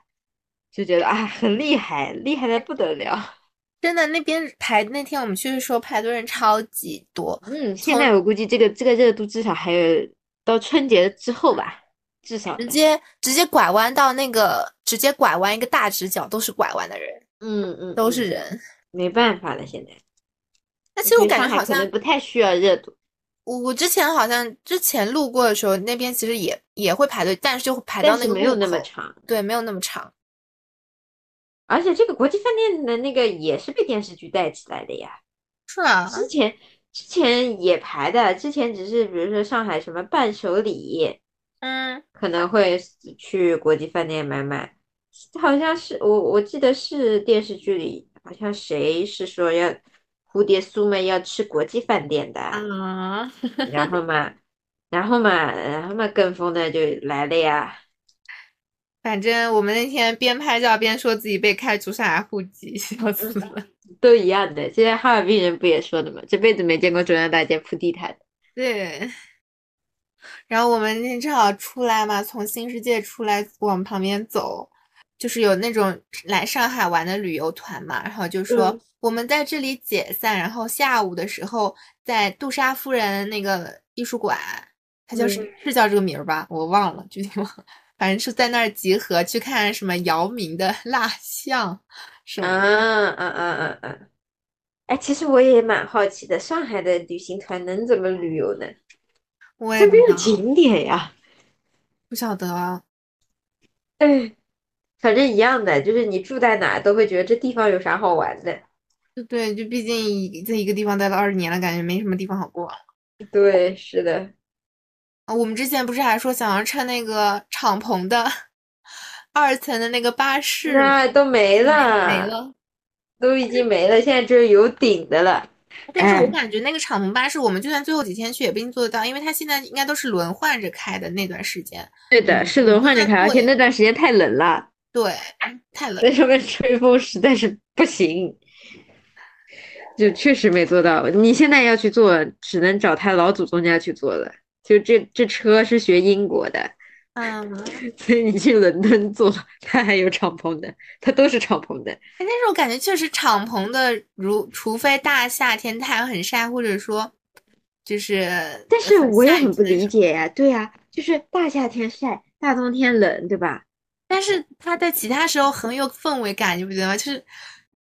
S1: 就觉得啊很厉害，厉害的不得 了。
S2: 真的，那边排那天我们去的时候排队人超级多，
S1: 嗯，现在我估计这个这个热度至少还有到春节之后吧，至少
S2: 直接直接拐弯到那个直接拐弯一个大直角，都是拐弯的人，
S1: 嗯嗯
S2: 都
S1: 嗯
S2: 是人。
S1: 没办法了。现在
S2: 那其实我
S1: 觉得
S2: 感觉
S1: 上海
S2: 好
S1: 可
S2: 像
S1: 能不太需要热度，
S2: 我我之前好像之前路过的时候，那边其实也也会排队，但是就会排到
S1: 但
S2: 那
S1: 是
S2: 个
S1: 没有
S2: 路
S1: 那么
S2: 口
S1: 长。
S2: 对，没有那么长。
S1: 而且这个国际饭店的那个也是被电视剧带起来的呀。
S2: 是啊，
S1: 之前之前也排的，之前只是比如说上海什么伴手礼，
S2: 嗯，
S1: 可能会去国际饭店买买，好像是我我记得是电视剧里，好像谁是说要蝴蝶酥嘛，要吃国际饭店的，
S2: 啊，
S1: 然后嘛，然后嘛，然后嘛，跟风的就来了呀。
S2: 反正我们那天边拍照边说自己被开除上海户籍，笑 死了。
S1: 都一样的，现在哈尔滨人不也说的吗？这辈子没见过中央大街铺地毯。
S2: 对。然后我们那天正好出来嘛，从新世界出来往旁边走，就是有那种来上海玩的旅游团嘛，然后就说、
S1: 嗯
S2: 我们在这里解散，然后下午的时候在杜莎夫人那个艺术馆，它叫什、
S1: 嗯
S2: 是叫这个名儿吧？我忘了，具体忘了，反正是在那儿集合去看什么姚明的蜡像什
S1: 啊
S2: 么的。
S1: 啊啊啊啊！哎，其实我也蛮好奇的，上海的旅行团能怎么旅游呢？
S2: 我也
S1: 这
S2: 不
S1: 没有
S2: 知道
S1: 景点呀。
S2: 不晓得啊，
S1: 哎，反正一样的，就是你住在哪儿都会觉得这地方有啥好玩的。
S2: 对对，就毕竟一在一个地方待了二十年了，感觉没什么地方好过。
S1: 对，是的，
S2: 啊，我们之前不是还说想要乘那个敞篷的二层的那个巴士吗，
S1: 那都没了，
S2: 没，了。
S1: 都已经没了，现在只有有顶的了。
S2: 但是
S1: 哎
S2: 我感觉那个敞篷巴士，我们就算最后几天去也不一定做得到，因为它现在应该都是轮换着开的那段时间。
S1: 对的，是轮换着开，而 且那段时间太冷了，
S2: 对，太冷
S1: 在。上面吹风实在是不行，就确实没做到。你现在要去做，只能找他老祖宗家去做了。就这这车是学英国的，
S2: 嗯，
S1: 所以你去伦敦做，它还有敞篷的，它都是敞篷的。
S2: 哎但是我感觉确实敞篷的，如除非大夏天太阳很晒，或者说就是呃
S1: 但是
S2: 很
S1: 我也
S2: 下雨
S1: 很不
S2: 的时
S1: 理
S2: 候
S1: 解呀，对呀，就是大夏天晒，大冬天冷，对吧？
S2: 但是它在其他时候很有氛围感，你不觉得吗？就是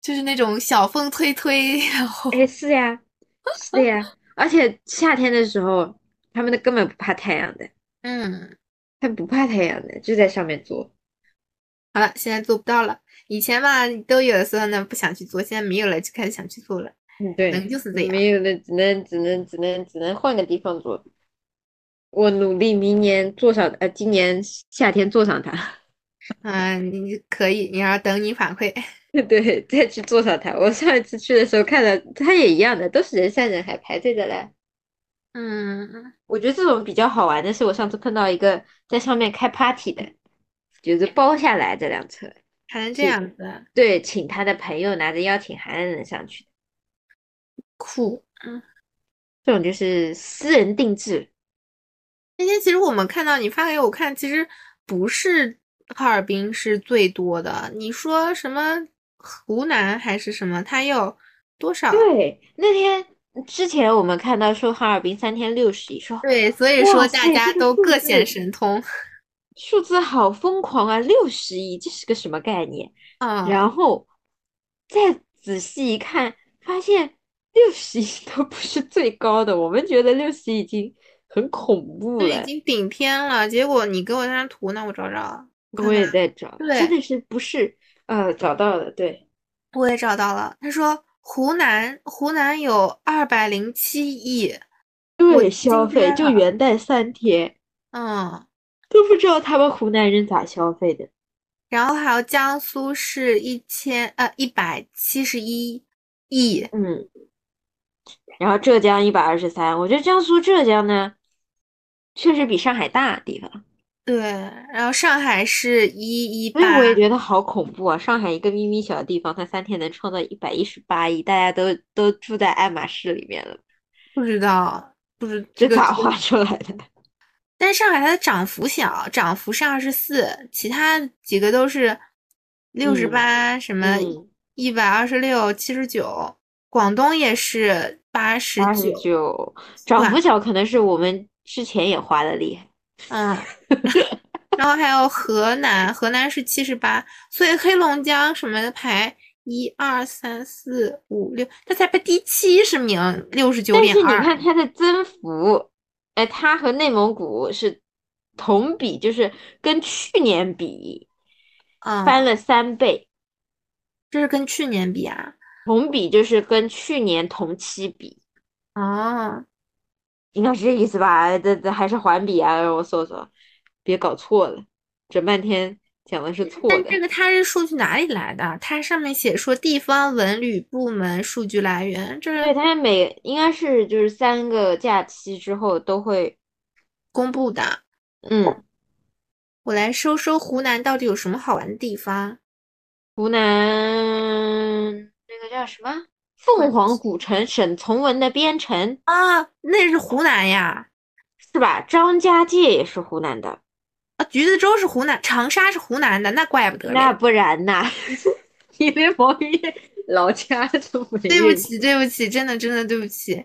S2: 就是那种小风吹吹，然后
S1: 哎，是呀，是的 呀，而且夏天的时候，他们的根本不怕太阳的，
S2: 嗯，
S1: 他们不怕太阳的，就在上面坐。
S2: 好了，现在做不到了。以前嘛都有的时候呢不想去做，现在没有了就开始想去做了，
S1: 嗯，对，
S2: 能就是这样。
S1: 没有的，只能只能只能只能换个地方坐。我努力明年坐上，呃，今年夏天坐上它。
S2: 嗯，你可以，你要等你反馈。
S1: 对，再去坐上它。我上一次去的时候看到它也一样的，都是人山人海排队的嘞。
S2: 嗯，
S1: 我觉得这种比较好玩的是，我上次碰到一个在上面开 party 的，就是包下来这辆车，
S2: 还能这
S1: 是
S2: 样子，啊
S1: 对，请他的朋友拿着邀请函能上去，
S2: 酷。
S1: 这种就是私人定制。
S2: 那天其实我们看到你发给我看，其实不是哈尔滨是最多的。你说什么湖南还是什么？它有多少？
S1: 对，那天之前我们看到说哈尔滨三天六十一，说
S2: 对，所以
S1: 哇
S2: 说
S1: 塞
S2: 大家
S1: 这个
S2: 都
S1: 数
S2: 各显
S1: 字
S2: 神通。
S1: 数字好疯狂啊，六十一，这是个什么概念？
S2: 嗯，
S1: 然后再仔细一看，发现六十一都不是最高的，我们觉得六十已经很恐怖
S2: 就
S1: 了
S2: 已。经顶天了。结果你给我那张图呢，我找找啊，我看
S1: 我也
S2: 看
S1: 在找，
S2: 对
S1: 真的是不是呃找到了，对，
S2: 我也找到了。他说湖南湖南有二百零七亿，我啊
S1: 对，消
S2: 惊
S1: 费
S2: 呆
S1: 就
S2: 了
S1: 元旦三天，
S2: 嗯，
S1: 都不知道他们湖南人咋消费的。
S2: 然后还有江苏是一千呃一百七十一亿，
S1: 嗯，然后浙江一百二十三，我觉得江苏浙江呢，确实比上海大地方，
S2: 对，然后上海是一一
S1: 所以
S2: 八
S1: 哎我，也觉得好恐怖啊！上海一个咪咪小地方，它三天能创造一百一十八亿，大家都都住在爱马仕里面了，
S2: 不知道不知
S1: 这
S2: 个
S1: 咋
S2: 真
S1: 画出来的？
S2: 但是上海它的涨幅小，涨幅是二十四，其他几个都是六十八，什么
S1: 嗯，
S2: 一百二十六、七十九。广东也是八十
S1: 八十
S2: 九，
S1: 九，涨幅小可能是我们之前也花的厉害。
S2: 嗯， 然后还有河南，河南是七十八，所以黑龙江什么的排一二三四五六，它才排第七十名，六十九
S1: 但
S2: 点
S1: 是你
S2: 二。
S1: 看它的增幅，哎，它和内蒙古是同比，就是跟去年比翻
S2: 嗯，
S1: 了三倍，
S2: 这是跟去年比啊。
S1: 同比就是跟去年同期比，
S2: 哦，
S1: 应该是这意思吧？哎这这还是环比啊？让我搜搜，别搞错了，整半天讲的是错
S2: 但
S1: 的
S2: 这。个它是数据哪里来的？它上面写说地方文旅部门数据来源，这
S1: 对，
S2: 是
S1: 它每应该是就是三个假期之后都会，
S2: 公布的。
S1: 嗯，
S2: 我来搜搜湖南到底有什么好玩的地方。
S1: 湖南那个叫什么凤凰古城，沈从文的编程。
S2: 啊，那是湖南呀！
S1: 是吧？张家界也是湖南的，
S2: 啊，橘子洲是湖南，长沙是湖南的，那怪不得嘞。
S1: 那不然呐？ 你连毛衣老家都没
S2: 对不
S1: 认识
S2: 起，对不起，真的真的对不起，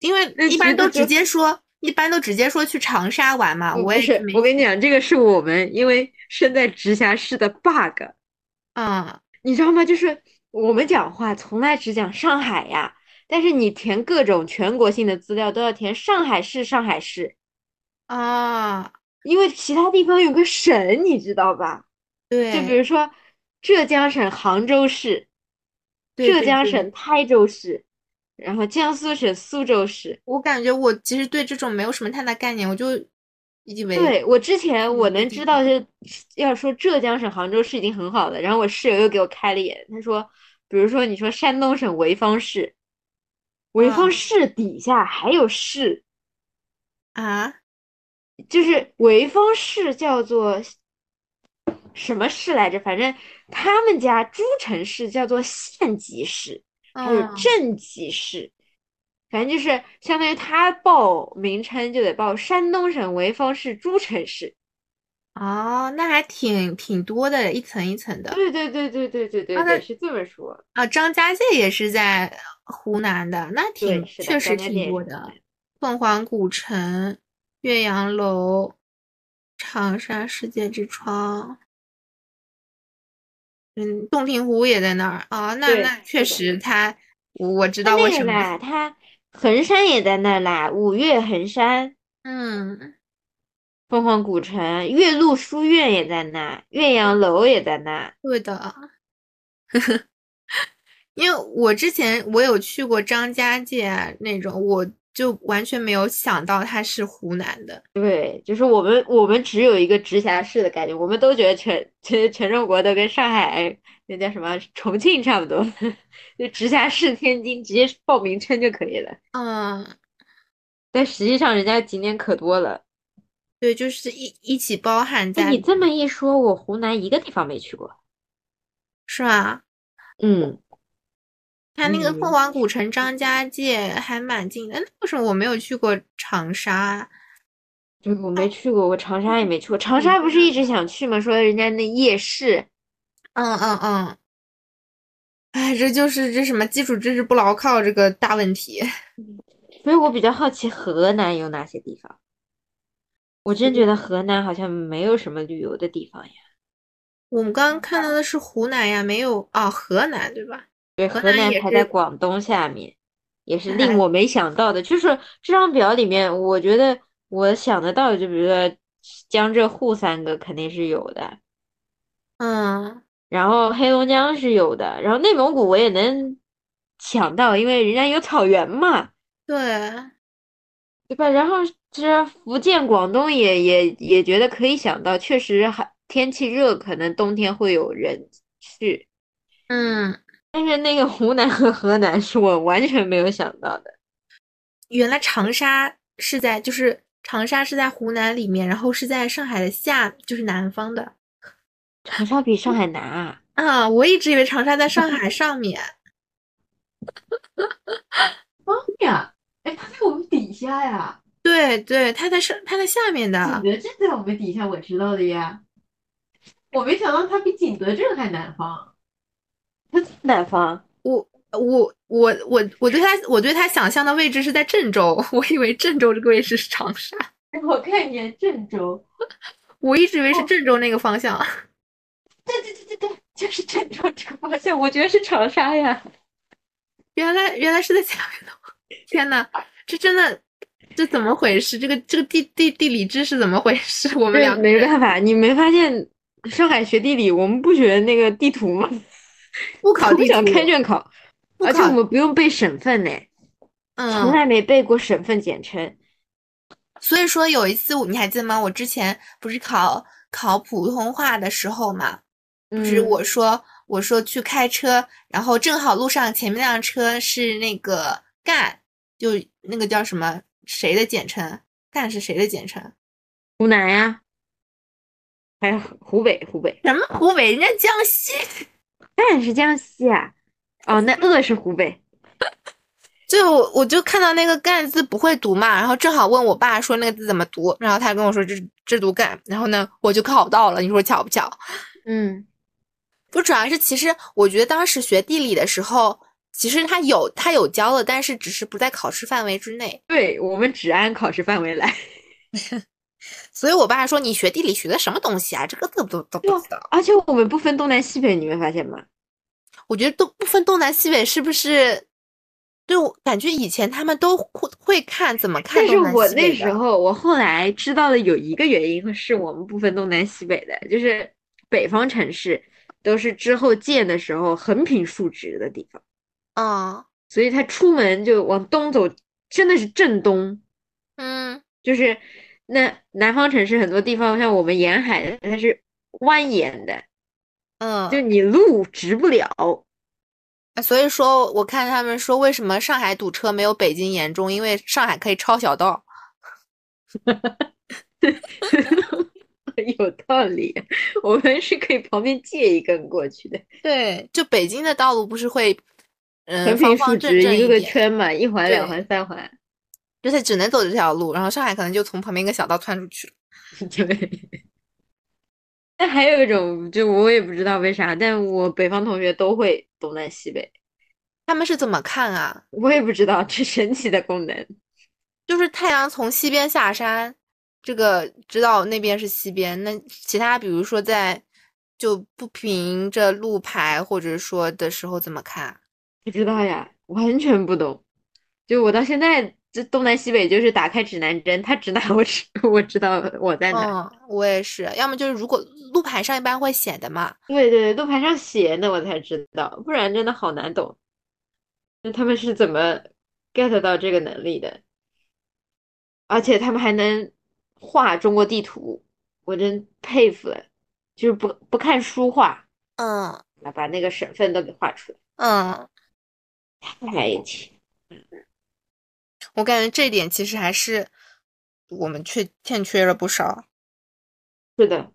S2: 因为
S1: 那
S2: 一般
S1: 橘
S2: 都
S1: 子
S2: 直
S1: 洲
S2: 接说，一般都直接说去长沙玩嘛。
S1: 嗯
S2: 我
S1: 不
S2: 也
S1: 是，
S2: 没
S1: 我跟你讲，这个是我们因为身在直辖市的 bug，
S2: 嗯，
S1: 你知道吗？就是我们讲话从来只讲上海呀，但是你填各种全国性的资料都要填上海市、上海市，
S2: 啊，
S1: 因为其他地方有个省，你知道吧？就比
S2: 对，
S1: 如说浙江省杭州市，
S2: 对
S1: 浙
S2: 对
S1: 江
S2: 对
S1: 省台州市，然后江苏省苏州市。
S2: 我感觉我其实对这种没有什么太大概念，我就以为
S1: 对，我之前我
S2: 嗯
S1: 能
S2: 对
S1: 知道是要说浙江省杭州市已经很好了，然后我室友又给我开了眼，他说，比如说你说山东省潍坊市，潍
S2: 啊
S1: 坊市底下还有市，
S2: 啊，
S1: 就是潍坊市叫做什么市来着？反正他们家诸城市叫做县级市，还有
S2: 嗯，
S1: 镇级市。反正就是相当于他报名称就得报山东省潍坊市诸城市，
S2: 哦，那还挺挺多的，一层一层的。
S1: 对对对对对对对
S2: 啊
S1: 对，
S2: 那
S1: 是这么说。
S2: 啊，张家界也是在湖南的，那
S1: 对
S2: 挺
S1: 是的
S2: 确实
S1: 张家界
S2: 挺
S1: 也是
S2: 多
S1: 湖
S2: 的
S1: 南。
S2: 凤凰古城、岳阳楼、长沙世界之窗，嗯，洞庭湖也在那儿啊。那
S1: 对
S2: 那确
S1: 是的
S2: 实它，我我知
S1: 他
S2: 道为
S1: 那
S2: 什
S1: 个
S2: 么。
S1: 啦，他衡山也在那儿啦，五岳衡山、
S2: 嗯，
S1: 凤凰古城、岳麓书院也在那儿，岳阳楼也在那儿。
S2: 对的。 因为我之前我有去过张家界啊那种，我就完全没有想到它是湖南的。
S1: 对，就是我们我们只有一个直辖市的感觉，我们都觉得全全全中国都跟上海那叫什么重庆差不 多，就直辖市天津直接报名称就可以了。
S2: 嗯，
S1: 但实际上人家景点可多了。
S2: 对，就是一一起包含
S1: 哎，
S2: 在
S1: 你这么一说，我湖南一个地方没去过。
S2: 是吧？
S1: 嗯，
S2: 它那个
S1: 嗯
S2: 凤凰古城、张家界还蛮近的，那为什么我没有去过长沙啊？
S1: 对，我没去过，我长沙也没去过。长沙不是一直想去吗？说人家那夜市，
S2: 嗯嗯嗯，哎，这就是这什么基础知识不牢靠这个大问题。
S1: 所以我比较好奇河南有哪些地方。我真觉得河南好像没有什么旅游的地方呀。
S2: 我们刚刚看到的是湖南呀，没有啊、河南对吧？
S1: 对，
S2: 河
S1: 河
S2: 南
S1: 南
S2: 也
S1: 排
S2: 是
S1: 在广东下面，也是令
S2: 哎
S1: 我没想到的。就是这张表里面，我觉得我想得到，就比如说江浙沪三个肯定是有的，
S2: 嗯，
S1: 然后黑龙江是有的，然后内蒙古我也能想到，因为人家有草原嘛，
S2: 对，
S1: 对吧？然后这福建、广东也也也觉得可以想到，确实还天气热，可能冬天会有人去，
S2: 嗯，
S1: 但是那个湖南和河南是我完全没有想到的。
S2: 原来长沙是在，就是长沙是在湖南里面，然后是在上海的下，就是南方的。
S1: 长沙比上海难啊！
S2: 啊，我一直以为长沙在上海上面。
S1: 对呀，哎，他在我们底下呀，
S2: 对对，它在上，它在下面的
S1: 景。德镇在我们底下，我知道的呀。我没想到他比景德镇还南方，他在南方。
S2: 我呃我我我我对它，我对它想象的位置是在郑州， 我以为郑州这个位置是长沙，
S1: 我看见郑州，
S2: 我一直以为
S1: 哦
S2: 是郑州那个方向。
S1: 对对对对对，就是郑州这个方向，我觉得是长沙呀。
S2: 原来原来是在下面的， 天呐，这真的，这怎么回事？这个这个地地地理知识怎么回事？ 我们
S1: 对，
S2: 两个
S1: 没
S2: 人
S1: 办法，你没发现上海学地理，我们不学那个地图吗？
S2: 不考
S1: 从
S2: 地
S1: 小
S2: 图，
S1: 开卷考，
S2: 不
S1: 而且
S2: 考
S1: 我们不用背省份呢，从
S2: 嗯，
S1: 来没背过省份简称。
S2: 所以说有一次我你还记得吗？我之前不是考考普通话的时候嘛，不是
S1: 嗯
S2: 我说我说去开车，然后正好路上前面那辆车是那个赣，就那个叫什么谁的简称？赣是谁的简称？
S1: 湖南呀，还有湖北，湖北。
S2: 什么湖北？人家江西。
S1: 当然是江西啊！哦， 那鄂是湖北。
S2: 就我我就看到那个“干”字不会读嘛，然后正好问我爸说那个字怎么读，然后他跟我说这这读“干”，然后呢我就考到了，你说巧不巧？
S1: 嗯，
S2: 就主要是其实我觉得当时学地理的时候，其实他有他有教的，但是只是不在考试范围之内。
S1: 对，我们只按考试范围来。
S2: 所以我爸说你学地理学的什么东西啊？这个都都都不知道。
S1: 而且我们不分东南西北，你没发现吗？
S2: 我觉得都不分东南西北是不是？对我感觉以前他们都会会看怎么看
S1: 但是
S2: 东南
S1: 我
S2: 西
S1: 那
S2: 北
S1: 时
S2: 的。
S1: 候，我后来知道的有一个原因是我们不分东南西北的，就是北方城市都是之后建的时候横平竖直的地方，
S2: 嗯
S1: 所以他出门就往东走，真的是正东。
S2: 嗯
S1: 就是那南方城市很多地方，像我们沿海的，它是蜿蜒的，
S2: 嗯，
S1: 就你路直不了。
S2: 所以说，我看他们说为什么上海堵车没有北京严重，因为上海可以抄小道。
S1: 有道理，我们是可以旁边借一根过去的，
S2: 对，就北京的道路不是会，嗯、
S1: 横
S2: 方
S1: 平竖
S2: 方正
S1: 直，
S2: 正
S1: 一个个
S2: 点，
S1: 圈嘛，一环、两
S2: 对
S1: 环、三环。
S2: 就是只能走这条路，然后上海可能就从旁边一个小道窜出去了。
S1: 对。但还有一种，就我也不知道为啥，但我北方同学都会东南西北，
S2: 他们是怎么看啊？
S1: 我也不知道这神奇的功能。
S2: 就是太阳从西边下山，这个知道那边是西边，那其他比如说在就不凭着路牌或者说的时候怎么看啊？
S1: 不知道呀，完全不懂。就我到现在，这东南西北就是打开指南针，它指哪我指我知道我在哪。
S2: 嗯，我也是，要么就是如果路牌上一般会写的嘛。
S1: 对对对，路牌上写那我才知道，不然真的好难懂。那他们是怎么 get 到这个能力的？而且他们还能画中国地图，我真佩服了。就是不不看书画，
S2: 嗯
S1: 把把那个省份都给画出来，
S2: 嗯，
S1: 太强。
S2: 我感觉这点其实还是我们缺欠缺了不少。
S1: 是的，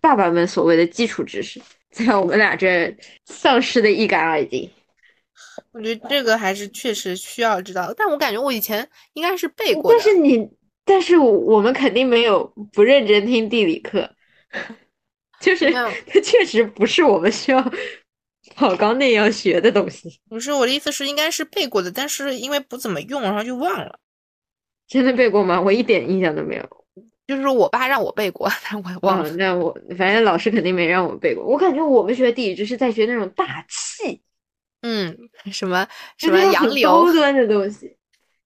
S1: 爸爸们所谓的基础知识，在我们俩这丧失的一干二净。
S2: 我觉得这个还是确实需要知道，但我感觉我以前应该是背过的。
S1: 嗯但是你，但是我们肯定没有不认真听地理课， 就是
S2: 没有
S1: 它确实不是我们需要 考纲内要学的东西。
S2: 不是我的意思是应该是背过的，但是因为不怎么用，然后就忘了。
S1: 真的背过吗？我一点印象都没有。
S2: 就是我爸让我背过， 但我也忘了。
S1: 嗯，那我反正老师肯定没让我背过。我感觉我们学地理只是在学那种大气，
S2: 嗯，什么什
S1: 就
S2: 么
S1: 那种
S2: 洋
S1: 很
S2: 流
S1: 高、端的东西。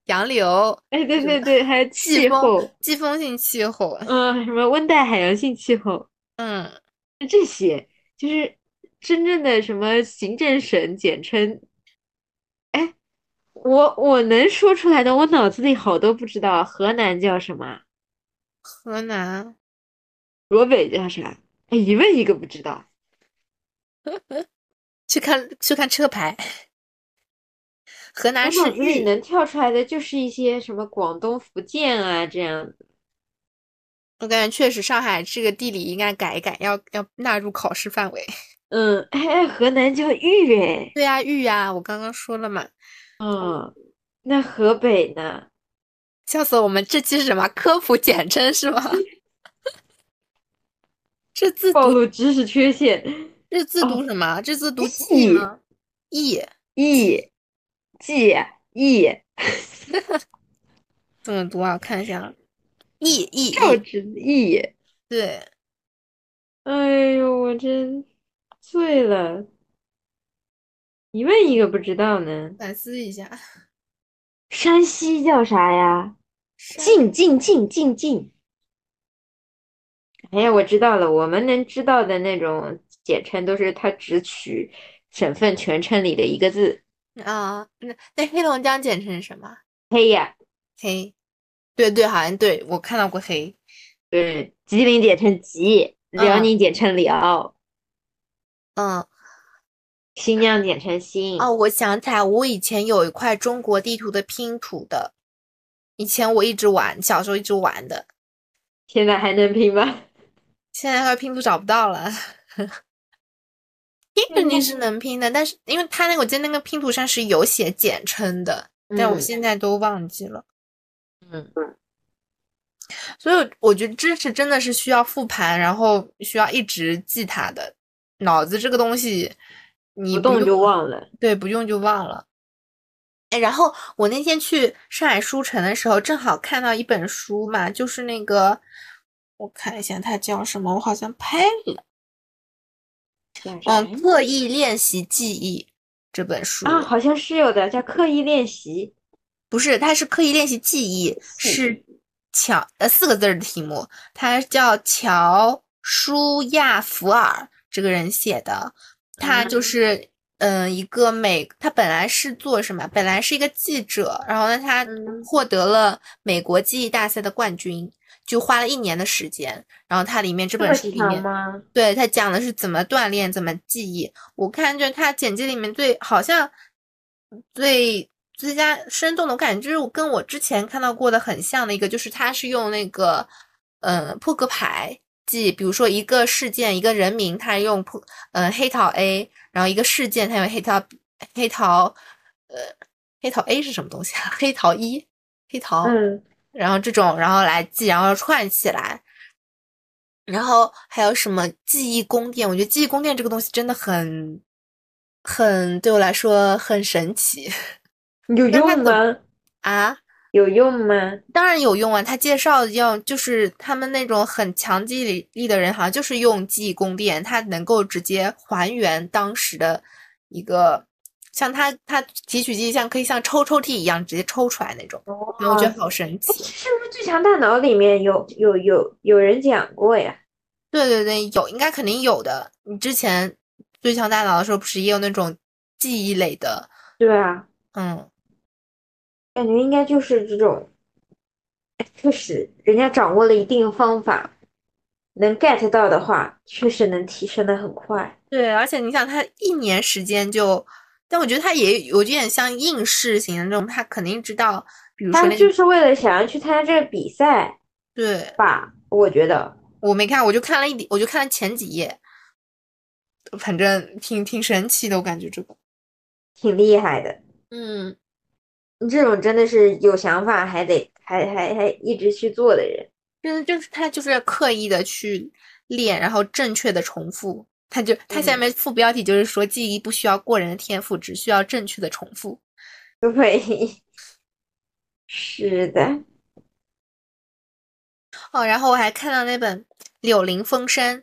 S2: 洋流、
S1: 哎，对对对，还有
S2: 季
S1: 气候
S2: 风、，季风性气候，
S1: 嗯，什么温带海洋性气候，
S2: 嗯，
S1: 就这些就是真正的什么行政省简称。哎，我我能说出来的，我脑子里好多不知道，河南叫什么，
S2: 河南，
S1: 河北叫啥，哎，一问一个不知道。
S2: 去看去看车牌。河南
S1: 我
S2: 是
S1: 脑子里
S2: 豫，
S1: 能跳出来的就是一些什么广东、福建啊这样。
S2: 我感觉确实上海这个地理应该改一改，要要纳入考试范围。
S1: 嗯，哎，河南叫豫哎，
S2: 对呀、豫呀、我刚刚说了嘛，
S1: 嗯，那河北呢？
S2: 笑死我们这期是什么科普简称是吗？ 这字
S1: 暴
S2: 读
S1: 露知识缺陷，
S2: 这字读
S1: 哦
S2: 什么？这字读
S1: 意
S2: 季吗？意
S1: 易，季易，
S2: 怎么读啊？我看一下，意意
S1: 跳
S2: 意，
S1: 之易。
S2: 对，
S1: 哎呦，我真醉了，一问一个不知道呢。
S2: 反思一下。
S1: 山西叫啥呀？晋晋晋晋晋。哎呀，我知道了，我们能知道的那种简称都是它只取省份全称里的一个字。
S2: 啊，那那黑龙江简称是什么？
S1: 嘿呀，
S2: 黑，对对，好像对我看到过黑。
S1: 对，吉林简称吉，辽
S2: 嗯
S1: 宁简称辽，
S2: 嗯，
S1: 新疆简称新。
S2: 哦，我想起来，我以前有一块中国地图的拼图的，以前我一直玩，小时候一直玩的，
S1: 现在还能拼 吗？
S2: 现在那块拼图找不到了。 拼肯定是能拼的，但是因为它那个我记得那个拼图上是有写简称的，但我
S1: 嗯
S2: 现在都忘记了。
S1: 嗯，
S2: 所以我觉得知识真的是需要复盘，然后需要一直记它的。脑子这个东西，你
S1: 不动
S2: 用
S1: 就忘了。
S2: 对，不用就忘了。哎，然后我那天去上海书城的时候，正好看到一本书嘛，就是那个，我看一下它叫什么，我好像拍了，
S1: 叫啥
S2: 嗯，刻意练习记忆这本书
S1: 啊，好像是有的，叫刻意练习。
S2: 不是，它是刻意练习记忆，
S1: 是
S2: 是乔呃四个字儿的题目，它叫乔舒亚福尔这个人写的，他就是嗯、呃一个美，他本来是做什么？本来是一个记者，然后呢他
S1: 嗯
S2: 获得了美国记忆大赛的冠军，就花了一年的时间，然后它里面这
S1: 这
S2: 本
S1: 么
S2: 书里
S1: 长
S2: 面。
S1: 吗？
S2: 对，他讲的是怎么锻炼，怎么记忆。我看着他简介里面最好像最最加生动的，我感觉就是我跟我之前看到过的很像的一个，就是他是用那个嗯、呃、扑克牌记，比如说一个事件、一个人名，他用扑嗯、呃、黑桃 A，然后一个事件他用黑桃黑桃呃黑桃 A 是什么东西啊？ 黑桃一黑桃
S1: 嗯，
S2: 然后这种，然后来记，然后串起来，然后还有什么记忆宫殿？我觉得记忆宫殿这个东西真的很，很对我来说很神奇
S1: 有
S2: 那它
S1: 用
S2: 怎么
S1: 吗？
S2: 啊！
S1: 有用吗？
S2: 当然有用啊，他介绍的要就是他们那种很强记忆力的人，好像就是用记忆宫殿，他能够直接还原当时的一个，像他他提取记忆像可以像抽抽屉一样直接抽出来那种，然后我觉得好神奇。
S1: 是不是《最强大脑》里面有有有有人讲过呀？
S2: 对对对，有，应该肯定有的。你之前最强大脑的时候，不是也有那种记忆类的？
S1: 对啊，
S2: 嗯，
S1: 感觉应该就是这种，哎确实，人家掌握了一定方法，能 get 到的话，确实能提升的很快。
S2: 对，而且你想，他一年时间就，但我觉得他也有点像应试型的那种，他肯定知道比如说
S3: 他
S2: 那
S3: 就是为了想要去参加这个比赛
S2: 对
S3: 吧？我觉得
S2: 我没看，我就看了一点，我就看了前几页，反正挺挺神奇的，我感觉这个，
S3: 挺厉害的。
S2: 嗯，
S3: 你这种真的是有想法，还得还还还一直去做的人，
S2: 真的就是他就是刻意的去练，然后正确的重复。他就他下
S3: 嗯
S2: 面副标题就是说，记忆不需要过人的天赋，只需要正确的重复。
S3: 对，是的，
S2: 哦，然后我还看到那本《柳林风声》，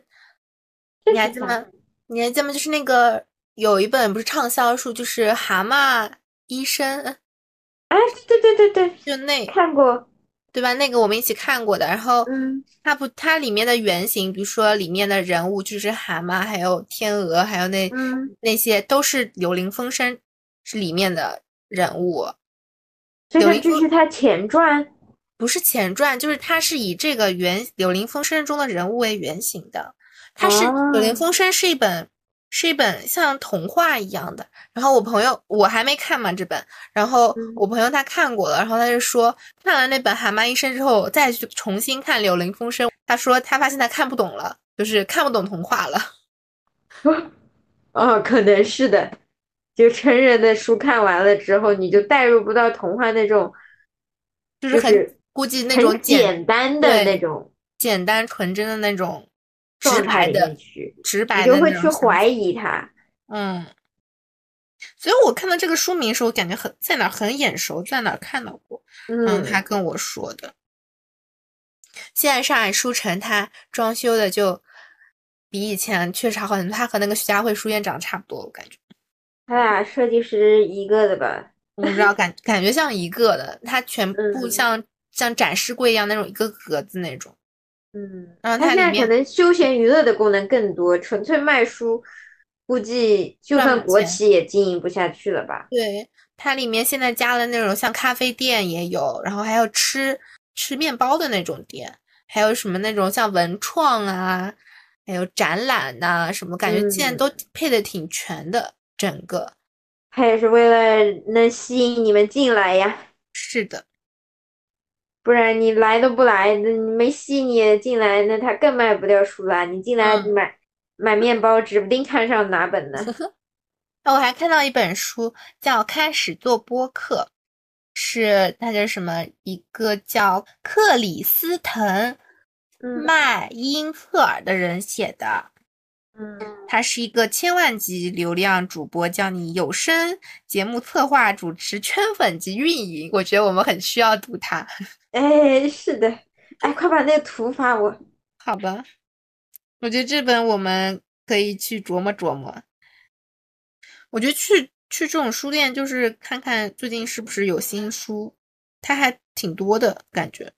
S2: 你还
S3: 是
S2: 记
S3: 啥
S2: 得？你还记得就是那个有一本不是畅销书，就是《蛤蟆医生》，呃
S3: 啊，对对对对，
S2: 就那
S3: 看过，
S2: 对吧？那个我们一起看过的。然后
S3: 嗯，
S2: 它不，它里面的原型，比如说里面的人物就是蛤蟆，还有天鹅，还有那
S3: 嗯
S2: 那些都是《柳林风声》是里面的人物，
S3: 所以
S2: 有
S3: 它
S2: 一
S3: 这
S2: 个
S3: 是他前传，
S2: 不是前传，就是它是以这个原《柳林风声》中的人物为原型的。它是《柳林
S3: 哦
S2: 风声》是一本是一本像童话一样的。然后我朋友我还没看嘛这本，然后
S3: 嗯
S2: 我朋友他看过了，然后他就说看了那本《蛤蟆医生》之后再去重新看《柳林风声》，他说他发现他看不懂了，就是看不懂童话了。
S3: 哦，可能是的，就成人的书看完了之后，你就带入不到童话那种
S2: 就是
S3: 就
S2: 很
S3: 是
S2: 估计那
S3: 很
S2: 种简
S3: 简单的
S2: 对
S3: 那种
S2: 简单纯真的那种直
S3: 状态
S2: 白
S3: 里
S2: 的
S3: 面去，
S2: 直
S3: 你
S2: 白的
S3: 就会
S2: 那
S3: 去
S2: 种想
S3: 怀疑它。
S2: 嗯，所以我看到这个书名的时候，感觉很在哪儿很眼熟，在哪儿看到过。嗯，
S3: 嗯，
S2: 他跟我说的。现在上海书城它装修的就比以前确实好很多，它和那个徐家汇书院长差不多，我感觉。
S3: 他俩设计师一个的吧？
S2: 我不知道，感感觉像一个的，它全部
S3: 嗯
S2: 像像展示柜一样那种一个格子那种。
S3: 嗯，
S2: 然后
S3: 他
S2: 它
S3: 现在
S2: 里面
S3: 可能休闲娱乐的功能更多，纯粹卖书，估计就
S2: 赚
S3: 算
S2: 不
S3: 国
S2: 钱
S3: 企也经营不下去了吧？
S2: 对，它里面现在加了那种像咖啡店也有，然后还有吃吃面包的那种店，还有什么那种像文创啊，还有展览呐、什么，感觉现在
S3: 嗯
S2: 都配的挺全的，整个。
S3: 他也是为了能吸引你们进来呀，
S2: 是的，
S3: 不然你来都不来，那你没吸引你进来，那他更卖不掉书啦。你进来
S2: 嗯
S3: 买买面包，指不定看上哪本呢。
S2: 那哦我还看到一本书叫《开始做播客》，是它叫什么？一个叫克里斯滕
S3: 嗯
S2: 麦因赫尔的人写的。
S3: 嗯
S2: 他是一个千万级流量主播，教你有声节目策划、主持、圈粉及运营。我觉得我们很需要读它，
S3: 哎，是的，哎，快把那个图发我。
S2: 好吧？我觉得这本我们可以去琢磨琢磨。我觉得去去这种书店，就是看看最近是不是有新书，它还挺多的感觉。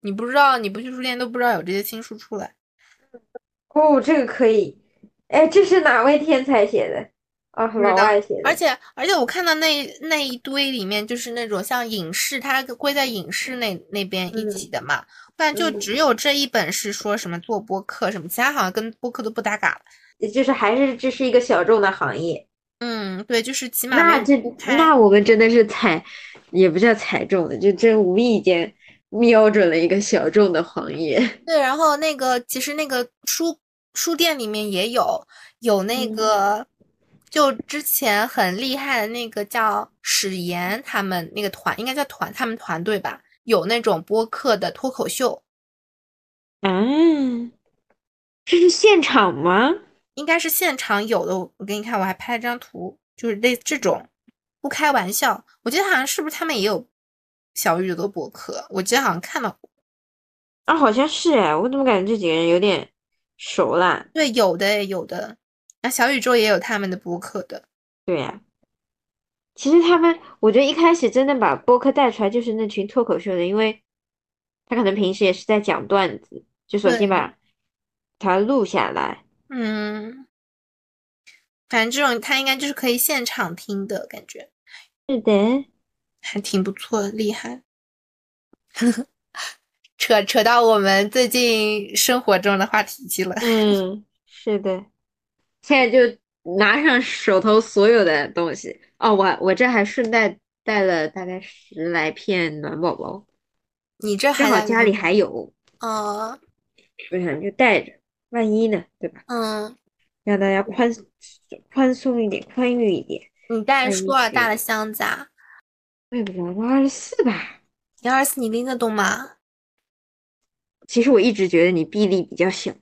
S2: 你不知道，你不去书店都不知道有这些新书出来。
S3: 哦，这个可以。哎，这是哪位天才写的？哦，
S2: 知
S3: 老
S2: 道哎
S3: 外写的。
S2: 而且而且我看到那那一堆里面，就是那种像影视，它归在影视那那边一起的嘛。但就
S3: 嗯
S2: 只有这一本是说什么做播客什么，其他好像跟播客都不搭嘎。
S3: 就是还是这是一个小众的行业，
S2: 嗯，对，就是起码没
S1: 那
S2: 有
S1: 这
S2: 铺开
S1: 那我们真的是踩，也不叫踩中了，就真无意间瞄准了一个小众的行业。
S2: 对，然后那个其实那个书书店里面也有有那
S3: 嗯
S2: 个，就之前很厉害的那个叫史岩他们那个团，应该叫团，他们团队吧，有那种播客的脱口秀。
S1: 啊，这是现场吗？
S2: 应该是现场有的。我给你看，我还拍了张图，就是类这种，不开玩笑。我记得好像是不是他们也有小宇宙的博客？我记得好像看到过，
S3: 啊，好像是哎，我怎么感觉这几个人有点熟啦？
S2: 对，有的有的。那小宇宙也有他们的博客的，
S3: 对呀、
S1: 其实他们，我觉得一开始真的把播客带出来就是那群脱口秀的，因为他可能平时也是在讲段子，就索
S2: 对
S1: 性把它录下来。
S2: 嗯，反正这种他应该就是可以现场听的感觉，
S1: 是的，
S2: 还挺不错的，厉害。 扯扯到我们最近生活中的话题去 了。
S3: 嗯，是的，
S1: 现在就拿上手头所有的东西。哦，我我这还顺带带了大概十来片暖宝宝，
S2: 你这
S1: 正
S2: 还
S1: 好
S2: 来
S1: 家里还有，
S2: 呃
S1: 我想就带着，万一呢，对吧？
S2: 嗯，
S1: 让大家宽宽松一点，宽裕一点。
S2: 你带
S1: 那
S2: 着
S1: 你
S2: 多少
S1: 去
S2: 大的箱子啊？
S1: 我也不知道，我二十四吧。
S2: 你二十四你拎得动吗？
S1: 其实我一直觉得你臂力比较小，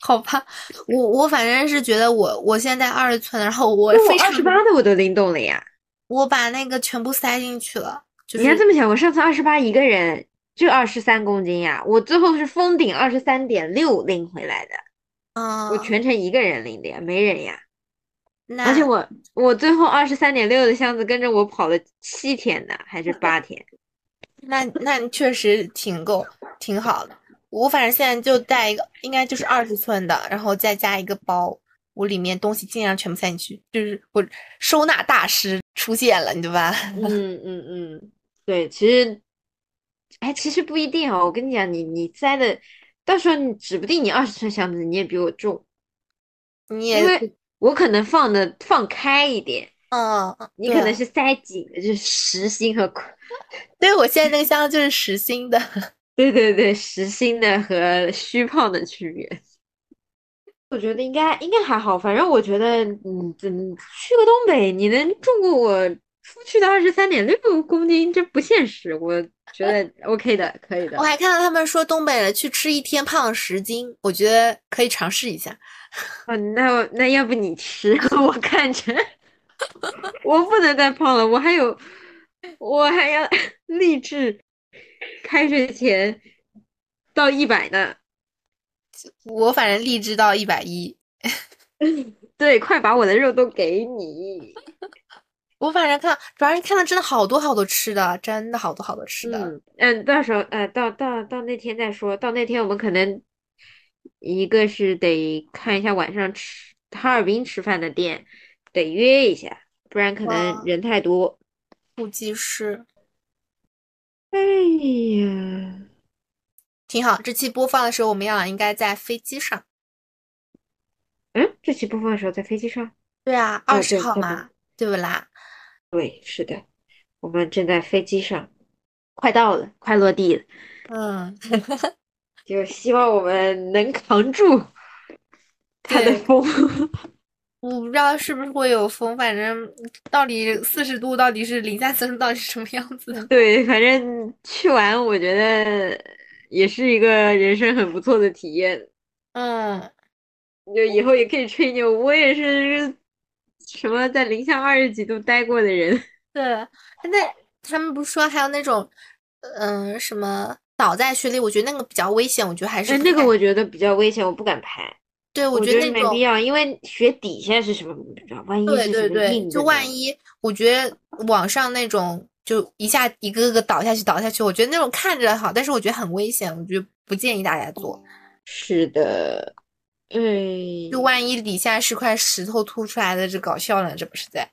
S2: 好吧，我我反正是觉得我我现在二十寸，然后我
S1: 那我
S2: 非常
S1: 二十八的我都拎动了呀。
S2: 我把那个全部塞进去了，就
S1: 你要
S2: 是
S1: 这么想，我上次二十八一个人就二十三公斤呀，我最后是封顶二十三点六拎回来的，
S2: 嗯，
S1: 我全程一个人拎的呀，没人呀。
S2: 那
S1: 而且我我最后二十三点六的箱子跟着我跑了七天呢，还是八天？
S2: 那那你确实挺够，挺好的。我反正现在就带一个，应该就是二十寸的，然后再加一个包，我里面东西尽量全部塞进去，就是我收纳大师出现了，你对吧？
S1: 嗯嗯嗯，对，其实，哎，其实不一定哦。我跟你讲，你你塞的，到时候你指不定你二十寸箱子你也比我重，
S2: 你
S1: 因
S2: 也
S1: 为我可能放的放开一点，
S2: 嗯，
S1: 你可能
S2: 对
S1: 是塞紧的，就是实心和宽。
S2: 对我现在那个箱子就是实心的，
S1: 对对对，实心的和虚胖的区别。 我觉得应该应该还好，反正我觉得，嗯，怎么去个东北，你能重过我出去的二十三点六公斤，这不现实。我觉得 OK 的，可以的
S2: 我。还看到他们说东北人去吃一天胖十斤，我觉得可以尝试一下。
S1: 哦，那那要不你吃， 我看着，我不能再胖了，我还有，我还要 励志，开学前到一百呢。
S2: 我反正励志到一百一，
S1: 对，快把我的肉都给你。
S2: 我反正看主要是看到真的好多好多吃的，真的好多好多吃的。
S1: 嗯嗯，到时候呃，到到到那天再说。到那天我们可能一个是得看一下晚上吃哈尔滨吃饭的店，得约一下，不然可能
S2: 哇
S1: 人太多。
S2: 估计是
S1: 哎呀，
S2: 挺好。这期播放的时候，我们要应该在飞机上。
S1: 嗯，这期播放的时候在飞机上。
S2: 对啊，
S1: 哦
S2: 二十
S1: 对
S2: 号
S1: 对对
S2: 嘛，对不啦？
S1: 对，是的，我们正在飞机上，快到了，快落地了，
S2: 嗯，
S1: 就希望我们能扛住它的
S2: 对
S1: 风。
S2: 我不知道是不是会有风，反正到底四十度，到底是零下四十度，到底是什么样子的？
S1: 对，反正去玩，我觉得也是一个人生很不错的体验。
S2: 嗯，
S1: 就以后也可以吹牛，我也是什么在零下二十几度待过的人。
S2: 对。那他们不是说还有那种，嗯、什么倒在雪里？我觉得那个比较危险，我觉得还 是
S1: 哎，
S2: 不
S1: 那个
S2: 太
S1: 我觉得比较危险，我不敢拍。
S2: 对，我
S1: 我
S2: 觉得
S1: 得
S2: 那
S1: 没
S2: 种
S1: 必要，因为雪底下是什么我不知道，万一
S2: 对
S1: 是
S2: 对
S1: 什么
S2: 对，
S1: 硬
S2: 就
S1: 的啊
S2: 万
S1: 呢
S2: 一我觉得网上那种就一下一个个倒下去倒下去，我觉得那种看着好，但是我觉得很危险，我觉得不建议大家做。
S1: 嗯是的，嗯
S2: 就万一底下是块石头凸出来的，这搞笑呢，这不 是在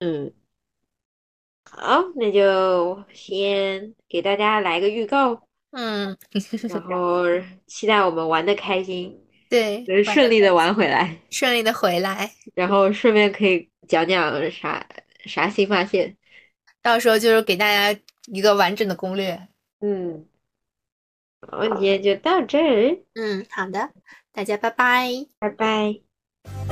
S1: 嗯，好，那就先给大家来个预告，
S2: 嗯
S1: 然后期待我们玩的开心，
S2: 对
S1: 能
S2: 玩
S1: 顺
S2: 得
S1: 利的玩回来。
S2: 顺利的回来，
S1: 然后顺便可以讲讲啥啥新发现。
S2: 到时候就是给大家一个完整的攻略。
S1: 嗯，好，今天就到这儿，
S2: 嗯，好的，大家拜拜。
S1: 拜拜。